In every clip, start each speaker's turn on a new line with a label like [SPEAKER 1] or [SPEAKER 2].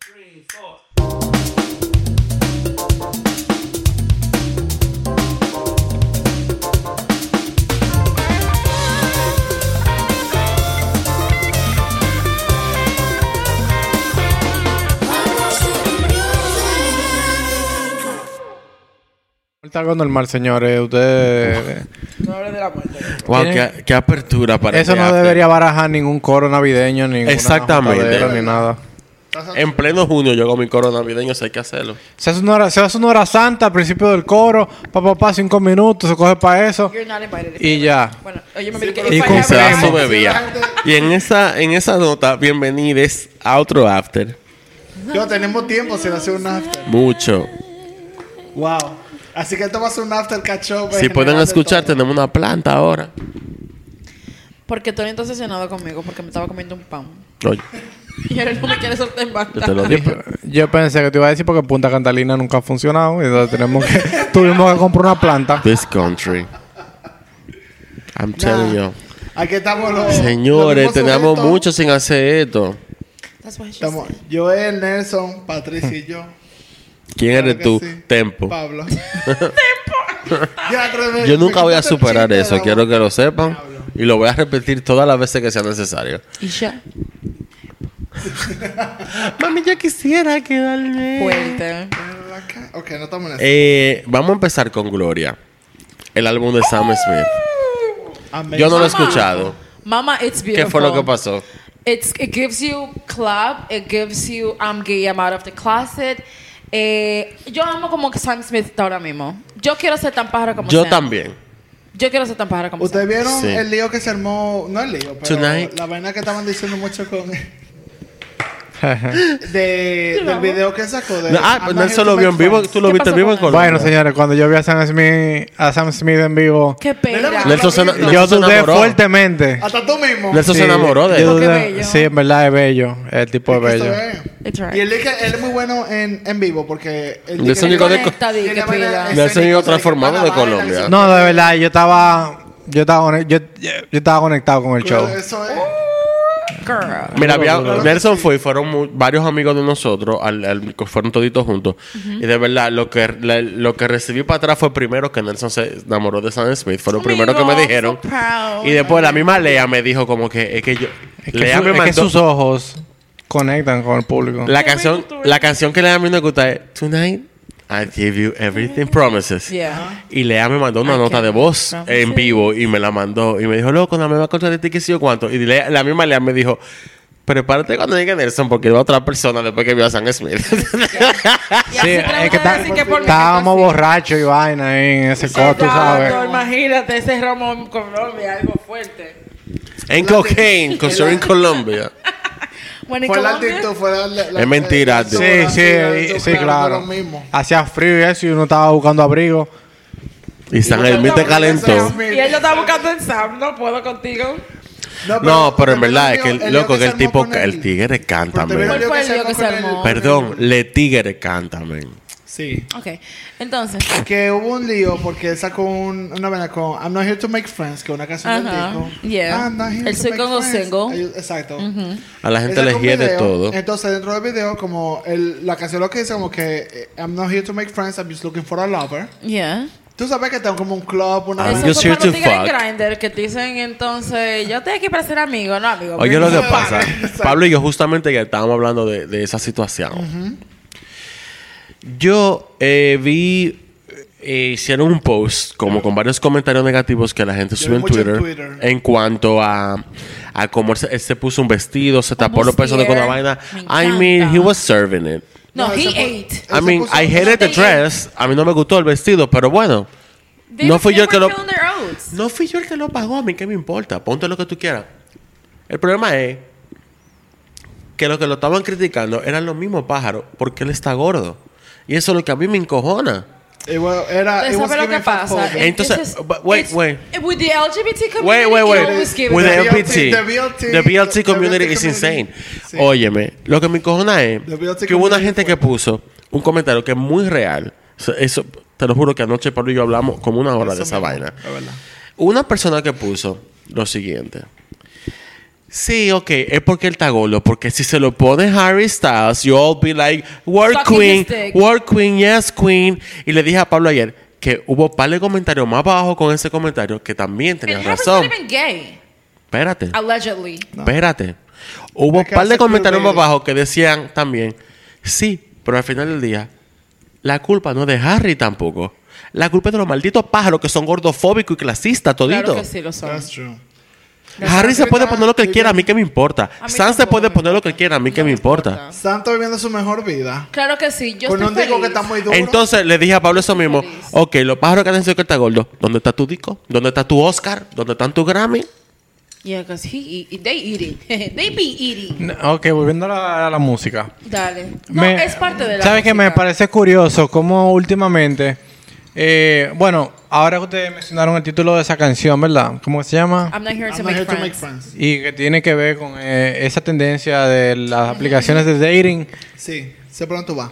[SPEAKER 1] three, four.
[SPEAKER 2] Está algo normal, señores. Ustedes.
[SPEAKER 3] No hables de la muerte.
[SPEAKER 4] Wow,
[SPEAKER 2] Tienen-
[SPEAKER 4] qué, qué apertura para
[SPEAKER 2] Eso
[SPEAKER 4] este
[SPEAKER 2] no
[SPEAKER 4] after.
[SPEAKER 2] debería barajar ningún coro navideño, ninguna
[SPEAKER 4] Exactamente.
[SPEAKER 2] ajustadera, ni nada.
[SPEAKER 4] En pleno junio yo con mi coro navideño, sé que hacerlo.
[SPEAKER 2] Se hace, una hora, se hace una hora santa al principio del coro, papá, papá, cinco minutos, se coge para eso.
[SPEAKER 3] You're not invited.
[SPEAKER 2] Y ya.
[SPEAKER 3] Bueno, oye, me miré que
[SPEAKER 2] Y
[SPEAKER 3] yo
[SPEAKER 2] con
[SPEAKER 4] Se
[SPEAKER 3] fallaba.
[SPEAKER 4] da
[SPEAKER 2] Compremos.
[SPEAKER 4] su bebida. Y en esa, en esa nota, bienvenidos a otro after.
[SPEAKER 5] Yo tenemos tiempo sin hacer un after.
[SPEAKER 4] Mucho.
[SPEAKER 5] Wow. Así que esto va a ser un after catch up.
[SPEAKER 4] Si
[SPEAKER 5] en
[SPEAKER 4] pueden
[SPEAKER 5] general de
[SPEAKER 4] escuchar,
[SPEAKER 5] todo.
[SPEAKER 4] tenemos una planta ahora.
[SPEAKER 3] Porque Tony está obsesionado conmigo porque me estaba comiendo un pan.
[SPEAKER 4] Oye,
[SPEAKER 3] Y ahora no me quiere soltar en
[SPEAKER 4] yo
[SPEAKER 3] banda.
[SPEAKER 4] te lo
[SPEAKER 2] Yo,
[SPEAKER 4] dije.
[SPEAKER 2] yo pensé que te iba a decir porque Punta Catalina nunca ha funcionado. y Entonces tenemos que, tuvimos que comprar una planta.
[SPEAKER 4] This country. I'm telling you.
[SPEAKER 5] Aquí estamos los.
[SPEAKER 4] Señores,
[SPEAKER 5] los mismos
[SPEAKER 4] tenemos
[SPEAKER 5] sujetos.
[SPEAKER 4] mucho sin hacer esto.
[SPEAKER 3] That's why she
[SPEAKER 5] Estamos
[SPEAKER 3] said.
[SPEAKER 5] Joel, Nelson, Patricia y yo.
[SPEAKER 4] ¿Quién eres
[SPEAKER 5] Claro
[SPEAKER 4] tú?
[SPEAKER 5] que sí.
[SPEAKER 4] Tempo.
[SPEAKER 5] Pablo. Ya, tremendo.
[SPEAKER 4] Yo nunca voy a
[SPEAKER 5] Quítate el
[SPEAKER 4] superar
[SPEAKER 5] chiste de
[SPEAKER 4] eso,
[SPEAKER 5] la
[SPEAKER 4] quiero
[SPEAKER 5] boca.
[SPEAKER 4] que lo sepan. Y lo voy a repetir todas las veces que sea necesario.
[SPEAKER 3] Y ya.
[SPEAKER 4] Mami, yo quisiera quedarme.
[SPEAKER 3] Fuerte.
[SPEAKER 5] Acá. Ok, no estamos en eso.
[SPEAKER 4] Eh, vamos a empezar con Gloria. El álbum de Sam Smith.
[SPEAKER 5] Amén.
[SPEAKER 4] Yo no lo he escuchado.
[SPEAKER 3] Mama, it's beautiful.
[SPEAKER 4] ¿Qué fue lo que pasó?
[SPEAKER 3] It's, it gives you club, it gives you I'm gay, I'm out of the closet. Eh, yo amo como que Sam Smith está ahora mismo. Yo quiero ser tan pájaro como
[SPEAKER 4] Yo
[SPEAKER 3] Sam.
[SPEAKER 4] también.
[SPEAKER 3] Yo quiero ser tan pájaro como
[SPEAKER 5] Ustedes
[SPEAKER 3] Sam.
[SPEAKER 5] vieron
[SPEAKER 4] Sí.
[SPEAKER 5] el lío que se armó, no el lío, pero
[SPEAKER 4] Tonight.
[SPEAKER 5] la vaina que estaban diciendo mucho con de, del video que sacó de
[SPEAKER 4] No, ah,
[SPEAKER 5] I'm not
[SPEAKER 4] Nelson
[SPEAKER 5] here
[SPEAKER 4] lo
[SPEAKER 5] to
[SPEAKER 4] vio en
[SPEAKER 5] make
[SPEAKER 4] vivo.
[SPEAKER 5] friends.
[SPEAKER 4] Tú lo
[SPEAKER 3] ¿Qué
[SPEAKER 4] viste en
[SPEAKER 3] pasó
[SPEAKER 4] vivo
[SPEAKER 3] con
[SPEAKER 4] en Colombia.
[SPEAKER 2] Bueno, señores, cuando yo vi a Sam Smith, a Sam Smith en vivo,
[SPEAKER 3] Qué pena.
[SPEAKER 5] Mira,
[SPEAKER 4] Nelson se,
[SPEAKER 5] Yo
[SPEAKER 2] yo
[SPEAKER 4] Nelson se
[SPEAKER 2] dudé
[SPEAKER 4] enamoró.
[SPEAKER 2] fuertemente.
[SPEAKER 5] Hasta tú mismo.
[SPEAKER 4] Nelson se
[SPEAKER 2] Sí,
[SPEAKER 4] enamoró
[SPEAKER 2] yo
[SPEAKER 4] de él.
[SPEAKER 3] Porque
[SPEAKER 2] dudé-
[SPEAKER 3] bello.
[SPEAKER 2] Sí, en verdad es bello. El tipo es
[SPEAKER 5] Eso
[SPEAKER 2] bello.
[SPEAKER 5] es.
[SPEAKER 3] It's right.
[SPEAKER 5] Y él, dice que él es muy bueno en, en vivo porque él
[SPEAKER 4] Nelson
[SPEAKER 5] dice que-
[SPEAKER 4] llegó de-
[SPEAKER 3] Conecta, di,
[SPEAKER 5] tiene
[SPEAKER 3] que
[SPEAKER 5] vaina
[SPEAKER 3] pila.
[SPEAKER 5] escénica,
[SPEAKER 4] Nelson llegó
[SPEAKER 5] o sea, que
[SPEAKER 4] transformado de
[SPEAKER 5] para la vaina,
[SPEAKER 4] Colombia.
[SPEAKER 5] que se-
[SPEAKER 2] No, de verdad, yo estaba. Yo estaba, conec- yo, yo estaba conectado con el show.
[SPEAKER 5] Eso es.
[SPEAKER 3] Oh, Girl.
[SPEAKER 4] Mira, había- Nelson fue y fueron mu- varios amigos de nosotros, al, al- fueron toditos juntos. Y de verdad, lo que, la- lo que recibí para atrás fue primero que Nelson se enamoró de Sam Smith. Fue lo
[SPEAKER 3] Amigo,
[SPEAKER 4] primero que me
[SPEAKER 3] I'm so
[SPEAKER 4] dijeron.
[SPEAKER 3] proud.
[SPEAKER 4] y después la misma Lea me dijo como que es que yo...
[SPEAKER 2] Es que,
[SPEAKER 4] Lea
[SPEAKER 2] su-
[SPEAKER 4] me
[SPEAKER 2] es que
[SPEAKER 4] mandó-
[SPEAKER 2] sus ojos conectan con el público.
[SPEAKER 4] la, canción, la canción que Lea a mí me gusta es Tonight I give you everything promises.
[SPEAKER 3] Yeah.
[SPEAKER 4] Y Lea me mandó una
[SPEAKER 3] I
[SPEAKER 4] nota
[SPEAKER 3] can't
[SPEAKER 4] de voz
[SPEAKER 3] promise
[SPEAKER 4] en vivo y me la mandó. Y me dijo, loco, la misma cosa de ti que sí o cuánto. Y Lea- la misma Lea me dijo, prepárate cuando llegue Nelson porque va otra persona después que vio a Sam Smith.
[SPEAKER 3] Y así
[SPEAKER 2] Sí,
[SPEAKER 3] que le
[SPEAKER 2] es que
[SPEAKER 3] voy a
[SPEAKER 2] ta-
[SPEAKER 3] decir que por mi
[SPEAKER 2] estábamos
[SPEAKER 3] culpa sí.
[SPEAKER 2] borrachos y vaina ahí en ese coro, tú
[SPEAKER 3] Estaba, no,
[SPEAKER 2] sabes.
[SPEAKER 3] Imagínate ese romo en Colombia, algo fuerte.
[SPEAKER 4] en cocaine, because you're in Colombia.
[SPEAKER 3] Bueno, y
[SPEAKER 5] Fue la
[SPEAKER 3] Colombia-
[SPEAKER 5] actitud, fue la, la- la-
[SPEAKER 4] Es mentira,
[SPEAKER 5] la-
[SPEAKER 4] tío.
[SPEAKER 5] la-
[SPEAKER 2] Sí,
[SPEAKER 5] la- la-
[SPEAKER 2] sí,
[SPEAKER 5] la-
[SPEAKER 2] sí,
[SPEAKER 5] la-
[SPEAKER 2] claro.
[SPEAKER 5] lo mismo.
[SPEAKER 2] Hacía frío y eso y uno estaba buscando abrigo.
[SPEAKER 4] Y San
[SPEAKER 5] no,
[SPEAKER 4] Smith te
[SPEAKER 5] no,
[SPEAKER 4] calentó.
[SPEAKER 5] no,
[SPEAKER 3] Y él lo estaba buscando en Sam, no puedo contigo.
[SPEAKER 4] No, pero en
[SPEAKER 5] también
[SPEAKER 4] verdad
[SPEAKER 5] el
[SPEAKER 4] es que,
[SPEAKER 5] lío-
[SPEAKER 4] el-
[SPEAKER 5] lío
[SPEAKER 4] loco, que
[SPEAKER 5] se
[SPEAKER 4] el
[SPEAKER 5] armó
[SPEAKER 4] tipo,
[SPEAKER 5] con él.
[SPEAKER 4] el tigre canta,
[SPEAKER 5] Pero también
[SPEAKER 4] man.
[SPEAKER 5] el lío
[SPEAKER 3] ¿Cuál fue el lío que
[SPEAKER 5] con
[SPEAKER 3] se
[SPEAKER 5] él-
[SPEAKER 3] armó?
[SPEAKER 4] Perdón, le tigre canta, man.
[SPEAKER 5] Sí.
[SPEAKER 3] Ok, entonces.
[SPEAKER 5] Que hubo un lío porque él sacó un- una vaina con I'm not here to make friends, que es una canción
[SPEAKER 3] Ajá,
[SPEAKER 5] del disco.
[SPEAKER 3] yeah.
[SPEAKER 5] I'm not here
[SPEAKER 3] El
[SPEAKER 5] to
[SPEAKER 3] segundo
[SPEAKER 5] make friends.
[SPEAKER 3] single.
[SPEAKER 5] Ay, Exacto.
[SPEAKER 4] A la gente
[SPEAKER 5] Él
[SPEAKER 4] le
[SPEAKER 5] sacó un
[SPEAKER 4] hiede
[SPEAKER 5] video,
[SPEAKER 4] todo.
[SPEAKER 5] Entonces, dentro del video, como el- la canción lo que dice, como que eh, I'm not here to make friends, I'm just looking for a lover.
[SPEAKER 3] Yeah.
[SPEAKER 5] Tú sabes que tengo como un club, una
[SPEAKER 4] I'm
[SPEAKER 3] Eso
[SPEAKER 5] vaina.
[SPEAKER 4] just
[SPEAKER 3] fue
[SPEAKER 4] here
[SPEAKER 3] para
[SPEAKER 4] to
[SPEAKER 3] los tigres
[SPEAKER 4] fuck.
[SPEAKER 3] en Grindr que te dicen entonces, yo estoy aquí para ser amigo, no amigo.
[SPEAKER 4] Oye, lo que
[SPEAKER 3] Venga,
[SPEAKER 4] pasa,
[SPEAKER 3] padre.
[SPEAKER 4] Pablo y yo justamente que estábamos hablando de, de esa situación. Yo eh, vi, eh, hicieron un post como con varios comentarios negativos que la gente
[SPEAKER 5] vi
[SPEAKER 4] subió en
[SPEAKER 5] mucho en
[SPEAKER 4] Twitter, en
[SPEAKER 5] Twitter.
[SPEAKER 4] cuanto a, a cómo él se, él se puso un vestido, se tapó
[SPEAKER 3] Como
[SPEAKER 4] los pezones con una
[SPEAKER 3] Steer.
[SPEAKER 4] vaina.
[SPEAKER 3] Me
[SPEAKER 4] I mean,
[SPEAKER 3] encanta.
[SPEAKER 4] he was serving it.
[SPEAKER 3] No,
[SPEAKER 5] No,
[SPEAKER 3] he
[SPEAKER 5] ese fue-
[SPEAKER 3] ate.
[SPEAKER 4] I
[SPEAKER 5] Él se
[SPEAKER 4] mean,
[SPEAKER 5] puso-
[SPEAKER 4] I hated the dress. A mí no me gustó el vestido, pero bueno.
[SPEAKER 3] They
[SPEAKER 4] no
[SPEAKER 3] were-
[SPEAKER 4] fui
[SPEAKER 3] they
[SPEAKER 4] yo que
[SPEAKER 3] were
[SPEAKER 4] lo-
[SPEAKER 3] feeling their oats.
[SPEAKER 4] No fui yo el que lo pagó, a mí qué me importa. Ponte lo que tú quieras. El problema es que los que lo estaban criticando eran los mismos pájaros porque él está gordo. Y eso es lo que a mí me encojona.
[SPEAKER 5] It was- era, Ah, it
[SPEAKER 3] Entonces,
[SPEAKER 5] was
[SPEAKER 3] ¿sabes lo que
[SPEAKER 5] giving
[SPEAKER 3] pasa?
[SPEAKER 5] fatphobic.
[SPEAKER 4] Entonces,
[SPEAKER 3] It's just-
[SPEAKER 4] but wait,
[SPEAKER 3] it's-
[SPEAKER 4] wait.
[SPEAKER 3] With the LGBT community,
[SPEAKER 4] Wait, wait,
[SPEAKER 3] you
[SPEAKER 4] wait.
[SPEAKER 3] always give
[SPEAKER 4] With
[SPEAKER 3] it
[SPEAKER 4] the
[SPEAKER 3] away.
[SPEAKER 4] LPT.
[SPEAKER 5] The VLT
[SPEAKER 4] The VLT
[SPEAKER 5] the
[SPEAKER 4] community
[SPEAKER 5] VLT
[SPEAKER 4] is
[SPEAKER 5] community.
[SPEAKER 4] insane.
[SPEAKER 5] Sí.
[SPEAKER 4] Óyeme, lo que me encojona es
[SPEAKER 5] The VLT
[SPEAKER 4] que hubo una
[SPEAKER 5] community
[SPEAKER 4] gente que
[SPEAKER 5] fuerte.
[SPEAKER 4] puso un comentario que es muy real. O sea, Eso, te lo juro que anoche Pablo y yo hablamos como una hora de esa vaina.
[SPEAKER 5] La verdad.
[SPEAKER 4] Una persona que puso lo siguiente. Sí, ok, es porque él está gordo. Porque si se lo pone Harry Styles, you all be like, World
[SPEAKER 3] Sucking
[SPEAKER 4] Queen,
[SPEAKER 3] his dick."
[SPEAKER 4] World Queen, yes, Queen. Y le dije a Pablo ayer que hubo un par de comentarios más abajo con ese comentario que también
[SPEAKER 3] And
[SPEAKER 4] tenías
[SPEAKER 3] Harry's
[SPEAKER 4] razón.
[SPEAKER 3] not even gay,
[SPEAKER 4] Espérate,
[SPEAKER 3] allegedly.
[SPEAKER 4] espérate. Hubo un
[SPEAKER 5] Es que
[SPEAKER 4] par de
[SPEAKER 5] hace
[SPEAKER 4] comentarios más
[SPEAKER 5] club de-
[SPEAKER 4] abajo que decían también, sí, pero al final del día, la culpa no es de Harry tampoco. La culpa es de los malditos pájaros que son gordofóbicos y clasistas toditos.
[SPEAKER 3] Claro que sí lo son.
[SPEAKER 5] That's true.
[SPEAKER 4] Harry se puede poner lo que quiera, a mí que me importa.
[SPEAKER 3] A mí
[SPEAKER 4] Sans se
[SPEAKER 3] tampoco
[SPEAKER 4] puede
[SPEAKER 3] me
[SPEAKER 4] poner lo
[SPEAKER 3] importa.
[SPEAKER 4] que quiera, a mí
[SPEAKER 3] No
[SPEAKER 4] que me
[SPEAKER 3] me
[SPEAKER 4] importa.
[SPEAKER 3] importa.
[SPEAKER 5] Santo viviendo su mejor vida.
[SPEAKER 3] Claro que sí. Yo
[SPEAKER 5] Pues no
[SPEAKER 3] estoy
[SPEAKER 5] digo
[SPEAKER 3] feliz.
[SPEAKER 5] que está muy duro.
[SPEAKER 4] Entonces le dije a Pablo eso mismo.
[SPEAKER 3] Feliz.
[SPEAKER 4] Ok, los pájaros que han decidido que está gordo. ¿Dónde está tu disco? ¿Dónde está tu Oscar? ¿Dónde están tu Grammy?
[SPEAKER 3] Yeah, because he eat, they eating. they be eating.
[SPEAKER 2] N- Ok, volviendo a la, a la música.
[SPEAKER 3] Dale. No,
[SPEAKER 2] Me-
[SPEAKER 3] es parte de la
[SPEAKER 2] ¿Sabes qué? Me
[SPEAKER 3] música.
[SPEAKER 2] parece curioso cómo últimamente... eh, bueno, ahora que ustedes mencionaron el título de esa canción, ¿verdad? ¿Cómo se llama?
[SPEAKER 3] I'm not here, to,
[SPEAKER 5] I'm
[SPEAKER 3] make
[SPEAKER 5] not here to make
[SPEAKER 3] friends.
[SPEAKER 5] friends.
[SPEAKER 2] Y que tiene que ver con eh, esa tendencia de las aplicaciones de dating.
[SPEAKER 5] Sí, sé por dónde tú vas.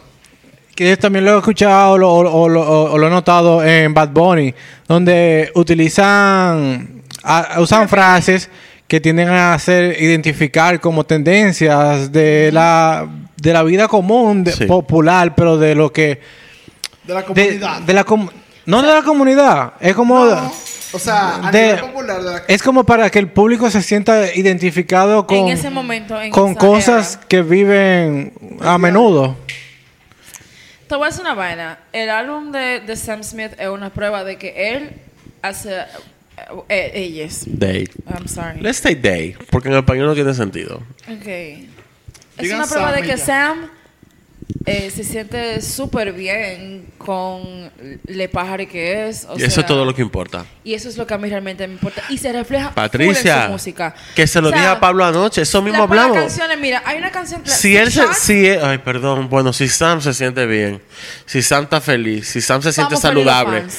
[SPEAKER 2] Que yo también lo he escuchado lo- o, o- o- o lo he notado en Bad Bunny, donde utilizan, a- usan frases que tienden a hacer identificar como tendencias de la, de la vida común, de-
[SPEAKER 4] Sí.
[SPEAKER 2] popular, pero de lo que...
[SPEAKER 5] De la
[SPEAKER 2] De,
[SPEAKER 5] comunidad.
[SPEAKER 2] de la com- no de la comunidad, es como...
[SPEAKER 5] No, o sea, a
[SPEAKER 2] de-
[SPEAKER 5] nivel popular de la
[SPEAKER 2] Es como para que el público se sienta identificado con,
[SPEAKER 3] En ese momento, en
[SPEAKER 2] con
[SPEAKER 3] esa
[SPEAKER 2] cosas
[SPEAKER 3] era.
[SPEAKER 2] que viven a menudo.
[SPEAKER 3] Te voy a decir una vaina. El álbum de, de Sam Smith es una prueba de que él hace... eh, eh, ellas.
[SPEAKER 4] Day.
[SPEAKER 3] I'm sorry.
[SPEAKER 4] Let's say day, porque en español no tiene sentido.
[SPEAKER 3] Ok. Es
[SPEAKER 5] Digan
[SPEAKER 3] una prueba
[SPEAKER 5] Sam
[SPEAKER 3] de
[SPEAKER 5] y
[SPEAKER 3] que
[SPEAKER 5] ya.
[SPEAKER 3] Sam eh, se siente súper bien con le pájaro que es. o
[SPEAKER 4] Y eso
[SPEAKER 3] sea,
[SPEAKER 4] es todo lo que importa.
[SPEAKER 3] Y eso es lo que a mí realmente me importa. Y se refleja full en
[SPEAKER 4] Patricia,
[SPEAKER 3] su música.
[SPEAKER 4] que se lo
[SPEAKER 3] O sea,
[SPEAKER 4] dije a Pablo anoche, eso mismo
[SPEAKER 3] las buenas
[SPEAKER 4] hablamos.
[SPEAKER 3] canciones, mira, hay una canción... la-
[SPEAKER 4] Si él se,
[SPEAKER 3] Shots,
[SPEAKER 4] si él- ay, perdón, bueno, si Sam se siente bien, si Sam está feliz, si Sam se siente
[SPEAKER 3] vamos por los
[SPEAKER 4] saludable,
[SPEAKER 3] fans.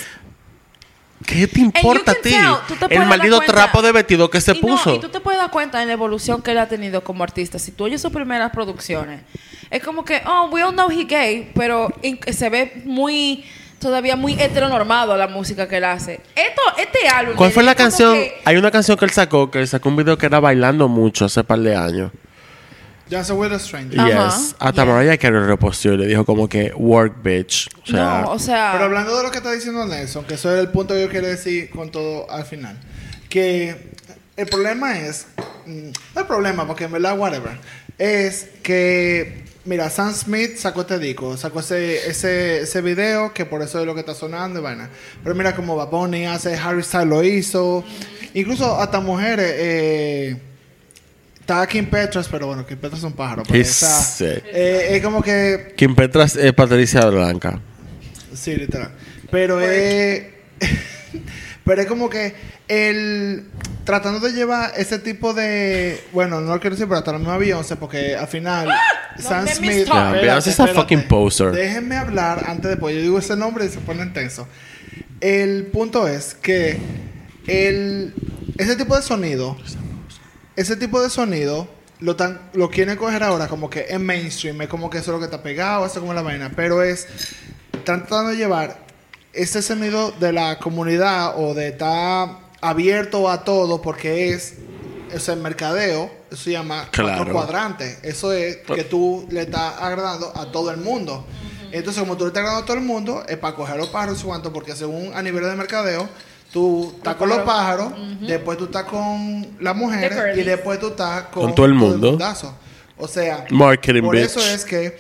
[SPEAKER 4] ¿qué te
[SPEAKER 3] And you
[SPEAKER 4] importa a
[SPEAKER 3] can
[SPEAKER 4] ti?
[SPEAKER 3] tell, tú te puedes
[SPEAKER 4] El
[SPEAKER 3] dar
[SPEAKER 4] maldito
[SPEAKER 3] cuenta.
[SPEAKER 4] trapo de vestido que se
[SPEAKER 3] Y no,
[SPEAKER 4] puso.
[SPEAKER 3] y tú te puedes dar cuenta en la evolución que él ha tenido como artista. Si tú oyes sus primeras producciones, es como que, oh, we all know he gay, pero in- se ve muy, todavía muy heteronormado la música que él hace. Esto, este álbum.
[SPEAKER 4] ¿Cuál
[SPEAKER 3] de
[SPEAKER 4] fue
[SPEAKER 3] él
[SPEAKER 4] la
[SPEAKER 3] es como
[SPEAKER 4] canción?
[SPEAKER 3] que-
[SPEAKER 4] Hay una canción que él sacó, que él sacó un video que era bailando mucho hace par de años.
[SPEAKER 5] Just a weird stranger.
[SPEAKER 3] Ajá,
[SPEAKER 4] Yes. Hasta
[SPEAKER 3] yeah.
[SPEAKER 4] Mariah Carey lo reposteó y le dijo como que work bitch. O sea,
[SPEAKER 3] no, o sea.
[SPEAKER 5] Pero hablando de lo que está diciendo Nelson, que eso era el punto que yo quería decir con todo al final, que el problema es, mm, no el problema, porque en verdad, whatever, es que, mira, Sam Smith sacó este disco, sacó ese, ese, ese video, que por eso es lo que está sonando y vaina. Pero mira como Bad Bunny hace, Harry Styles lo hizo, incluso hasta mujeres, eh, Está Kim Petras, pero bueno, Kim Petras es un pájaro. pero, o sea,
[SPEAKER 4] Sí.
[SPEAKER 5] eh, es como que
[SPEAKER 4] Kim Petras es Patricia Blanca.
[SPEAKER 5] Sí, literal. Pero es. pero es como que el. Tratando de llevar ese tipo de. Bueno, no lo quiero decir, pero hasta la misma Beyoncé, porque al final. Sam
[SPEAKER 3] No, let me
[SPEAKER 5] Smith.
[SPEAKER 3] stop. Yeah,
[SPEAKER 5] Espérate,
[SPEAKER 4] Beyoncé is a
[SPEAKER 5] espérate.
[SPEAKER 4] fucking poser.
[SPEAKER 5] Déjenme hablar antes de. Pues yo digo ese nombre y se ponen tenso. El punto es que. El, ese tipo de sonido. Ese tipo de sonido lo, tan, lo quieren coger ahora como que es mainstream, es como que eso es lo que está pegado, eso es como la vaina, pero es están tratando de llevar este sonido de la comunidad o de estar abierto a todo porque es o sea, el mercadeo, eso se llama
[SPEAKER 4] Claro.
[SPEAKER 5] cuatro cuadrantes. Eso es
[SPEAKER 4] Pues-
[SPEAKER 5] que tú le estás agradando a todo el mundo. Entonces, como tú le estás agradando a todo el mundo, es para coger los pájaros, y cuanto, porque según a nivel de mercadeo, tú estás con los pájaros, después tú estás con las
[SPEAKER 3] The
[SPEAKER 5] mujeres
[SPEAKER 3] girlies.
[SPEAKER 5] y después tú estás con,
[SPEAKER 4] Con todo el mundo.
[SPEAKER 5] mundazo. o sea,
[SPEAKER 4] Marketing,
[SPEAKER 5] por eso
[SPEAKER 4] bitch.
[SPEAKER 5] es es que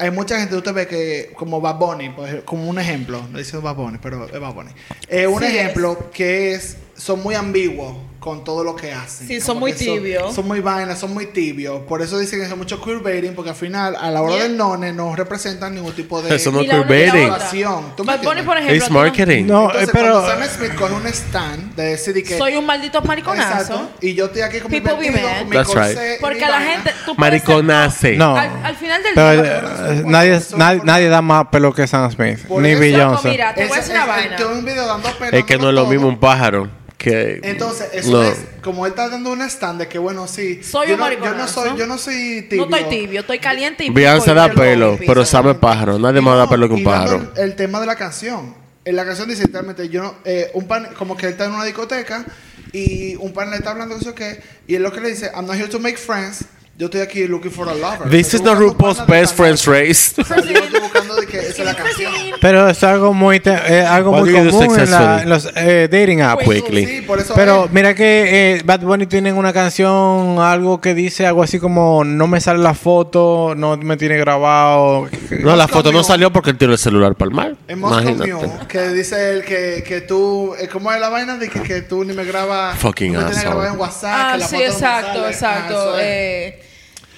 [SPEAKER 5] hay mucha gente, tú te ves que, como Bad Bunny, por ej- como un ejemplo, no dice Bad Bunny, pero es Bad Bunny. Eh, un
[SPEAKER 3] Sí,
[SPEAKER 5] ejemplo que es, son muy ambiguos con todo lo que hacen.
[SPEAKER 3] Sí,
[SPEAKER 5] Como
[SPEAKER 3] son muy
[SPEAKER 5] que
[SPEAKER 3] tibios.
[SPEAKER 5] Son, muy vainas, son muy tibios. Por eso dicen que son mucho queerbaiting, porque al final, a la hora
[SPEAKER 3] Yeah.
[SPEAKER 5] del none, no representan ningún tipo de
[SPEAKER 4] Eso no
[SPEAKER 3] y la una y la
[SPEAKER 4] queerbaiting.
[SPEAKER 3] otra.
[SPEAKER 5] Situación. ¿Tú
[SPEAKER 3] Bad
[SPEAKER 5] me
[SPEAKER 3] Bunny,
[SPEAKER 5] entiendes?
[SPEAKER 3] por ejemplo.
[SPEAKER 4] Es
[SPEAKER 3] a ti no-
[SPEAKER 4] marketing.
[SPEAKER 2] No,
[SPEAKER 5] Entonces,
[SPEAKER 2] eh, pero-
[SPEAKER 5] cuando Sam Smith con un stand de decir que...
[SPEAKER 3] Soy un maldito mariconazo.
[SPEAKER 5] Exacto. Y yo estoy aquí con mi
[SPEAKER 3] People be
[SPEAKER 5] vestido,
[SPEAKER 3] mad.
[SPEAKER 5] con mi
[SPEAKER 4] That's right.
[SPEAKER 5] corsé y mi
[SPEAKER 3] Porque a la
[SPEAKER 5] vaina.
[SPEAKER 3] gente. tú puedes
[SPEAKER 4] Mariconace.
[SPEAKER 2] No.
[SPEAKER 3] ser- Al, al final del
[SPEAKER 2] Pero
[SPEAKER 3] día.
[SPEAKER 2] eh, nadie, nadie, nadie da más pelo que Sam Smith,
[SPEAKER 5] Por
[SPEAKER 2] ni
[SPEAKER 5] eso,
[SPEAKER 2] Beyoncé.
[SPEAKER 3] mira, te voy a
[SPEAKER 5] Eso
[SPEAKER 3] decir una
[SPEAKER 5] es-
[SPEAKER 3] vaina.
[SPEAKER 5] tengo un video dando pena,
[SPEAKER 4] Es que no es lo
[SPEAKER 5] dándolo
[SPEAKER 4] mismo
[SPEAKER 5] todo.
[SPEAKER 4] un pájaro que.
[SPEAKER 5] Entonces, eso
[SPEAKER 4] No.
[SPEAKER 5] es como él está dando un stand de que bueno, sí.
[SPEAKER 3] Soy
[SPEAKER 5] yo
[SPEAKER 3] un
[SPEAKER 5] no, yo
[SPEAKER 3] mariconazo.
[SPEAKER 5] no soy, yo no soy
[SPEAKER 3] No
[SPEAKER 5] tibio.
[SPEAKER 3] estoy tibio, estoy caliente y
[SPEAKER 4] Beyoncé
[SPEAKER 3] pico y
[SPEAKER 4] da
[SPEAKER 3] pelo,
[SPEAKER 4] pelo,
[SPEAKER 3] pico.
[SPEAKER 4] pero sabe pájaro. Nadie más
[SPEAKER 5] Y
[SPEAKER 4] da
[SPEAKER 5] no,
[SPEAKER 4] pelo que un
[SPEAKER 5] y dando
[SPEAKER 4] pájaro.
[SPEAKER 5] El, el tema de la canción. En la canción dice literalmente, yo no, eh, un pan, como que él está en una discoteca Y un pan le está hablando de eso que. Y es lo que le dice: I'm not here to make friends. Yo estoy aquí looking for a lover.
[SPEAKER 4] This is
[SPEAKER 5] Estoy
[SPEAKER 4] not
[SPEAKER 5] buscando
[SPEAKER 4] RuPaul's
[SPEAKER 5] panas de
[SPEAKER 4] best
[SPEAKER 5] pana.
[SPEAKER 4] friend's race.
[SPEAKER 5] O sea, yo estoy buscando de que esa es la canción.
[SPEAKER 2] Pero es algo muy, te- eh, algo
[SPEAKER 4] What
[SPEAKER 2] muy
[SPEAKER 4] do you do
[SPEAKER 2] común en, la-
[SPEAKER 4] successfully?
[SPEAKER 2] en los eh, dating apps.
[SPEAKER 3] Pues,
[SPEAKER 4] Quickly.
[SPEAKER 5] Sí, por eso.
[SPEAKER 2] Pero
[SPEAKER 5] es.
[SPEAKER 2] mira que eh, Bad Bunny tienen una canción, algo que dice algo así como no me sale la foto, no me tiene grabado.
[SPEAKER 4] No, la
[SPEAKER 5] Moscow
[SPEAKER 4] foto no
[SPEAKER 5] Mule.
[SPEAKER 4] salió porque él tiró el celular para el mar.
[SPEAKER 5] En Moscow
[SPEAKER 4] Imagínate.
[SPEAKER 5] Mule, que dice él que, que tú, eh, ¿cómo es la vaina? De que, que tú ni me grabas.
[SPEAKER 4] Fucking
[SPEAKER 5] no me tienes
[SPEAKER 4] asshole.
[SPEAKER 5] grabado en WhatsApp.
[SPEAKER 3] Ah,
[SPEAKER 5] que la
[SPEAKER 3] sí,
[SPEAKER 5] foto no me
[SPEAKER 3] exacto,
[SPEAKER 5] sale. Ah,
[SPEAKER 3] exacto.
[SPEAKER 5] eso es.
[SPEAKER 3] eh,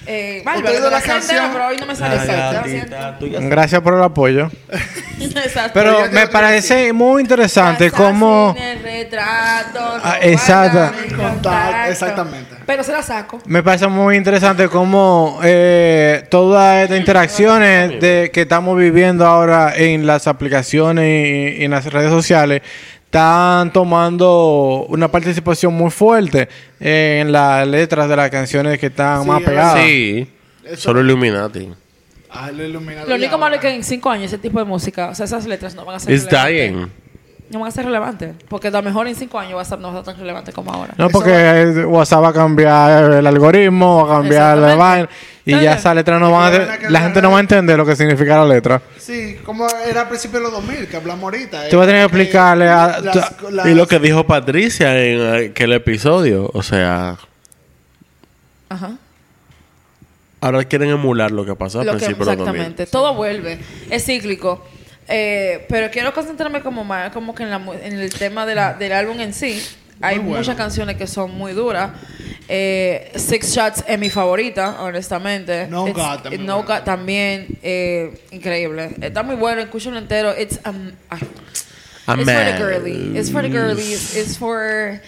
[SPEAKER 3] eh,
[SPEAKER 5] ¿Usted
[SPEAKER 3] Bárbara,
[SPEAKER 5] oyó
[SPEAKER 3] la
[SPEAKER 5] la
[SPEAKER 3] canción,
[SPEAKER 5] canción?
[SPEAKER 3] pero hoy no me sale exacto. Exacto.
[SPEAKER 2] Gracias por el apoyo.
[SPEAKER 3] Exacto.
[SPEAKER 5] Pero
[SPEAKER 2] Pero
[SPEAKER 5] yo
[SPEAKER 2] me
[SPEAKER 5] tengo que
[SPEAKER 2] parece
[SPEAKER 5] decir-
[SPEAKER 2] muy interesante
[SPEAKER 3] Pasar
[SPEAKER 2] cómo...
[SPEAKER 3] sin el retrato, no
[SPEAKER 2] Ah, exacto.
[SPEAKER 3] guardar mi contacto.
[SPEAKER 5] Exactamente.
[SPEAKER 3] Pero se la saco.
[SPEAKER 2] Me parece muy interesante cómo eh, todas estas interacciones de, que estamos viviendo ahora en las aplicaciones y, y en las redes sociales están tomando una participación muy fuerte en las letras de las canciones que están
[SPEAKER 5] Sí,
[SPEAKER 2] más
[SPEAKER 5] es verdad.
[SPEAKER 4] Ah.
[SPEAKER 2] pegadas.
[SPEAKER 4] Sí. Solo Illuminati.
[SPEAKER 5] Ah, lo iluminado.
[SPEAKER 3] Lo único malo es que
[SPEAKER 5] ahora.
[SPEAKER 3] en cinco años ese tipo de música, o sea, esas letras no van a ser
[SPEAKER 4] It's
[SPEAKER 3] relevantes.
[SPEAKER 4] dying.
[SPEAKER 3] No van a ser relevantes. Porque a lo mejor en cinco años va a ser, no va a ser tan relevante como ahora.
[SPEAKER 2] No,
[SPEAKER 5] Eso
[SPEAKER 2] porque eh, WhatsApp va a cambiar el algoritmo, va a cambiar la
[SPEAKER 3] Exactamente.
[SPEAKER 2] vaina y ya
[SPEAKER 3] Claro.
[SPEAKER 2] esa letra no
[SPEAKER 5] Es
[SPEAKER 2] va
[SPEAKER 5] que
[SPEAKER 2] a...
[SPEAKER 5] la vaina que
[SPEAKER 2] La
[SPEAKER 5] la-
[SPEAKER 2] gente no va a entender lo que significa la letra.
[SPEAKER 5] Sí, como era al principio de los 2000, que hablamos ahorita.
[SPEAKER 2] Tú vas a tener que
[SPEAKER 5] eh,
[SPEAKER 2] explicarle a-
[SPEAKER 5] las-
[SPEAKER 2] tú-
[SPEAKER 5] las-
[SPEAKER 4] Y lo que dijo Patricia en aquel episodio, o sea,
[SPEAKER 3] Ajá.
[SPEAKER 4] ahora quieren emular lo que pasó al
[SPEAKER 3] Lo que-
[SPEAKER 4] principio de los 2000.
[SPEAKER 3] exactamente. Todo vuelve. Es cíclico. Eh, pero quiero concentrarme como más, como que en, la mu- en el tema de la- del álbum en sí. Hay
[SPEAKER 5] bueno.
[SPEAKER 3] muchas canciones que son muy duras. Eh, Six Shots es mi favorita, honestamente.
[SPEAKER 5] No
[SPEAKER 3] It's-
[SPEAKER 5] God, también
[SPEAKER 3] No
[SPEAKER 5] buena.
[SPEAKER 3] God también. eh, increíble. Está muy bueno, escúchalo entero. It's, um, ay.
[SPEAKER 4] A
[SPEAKER 3] it's for the
[SPEAKER 4] man.
[SPEAKER 3] girly. It's for the girlies. It's for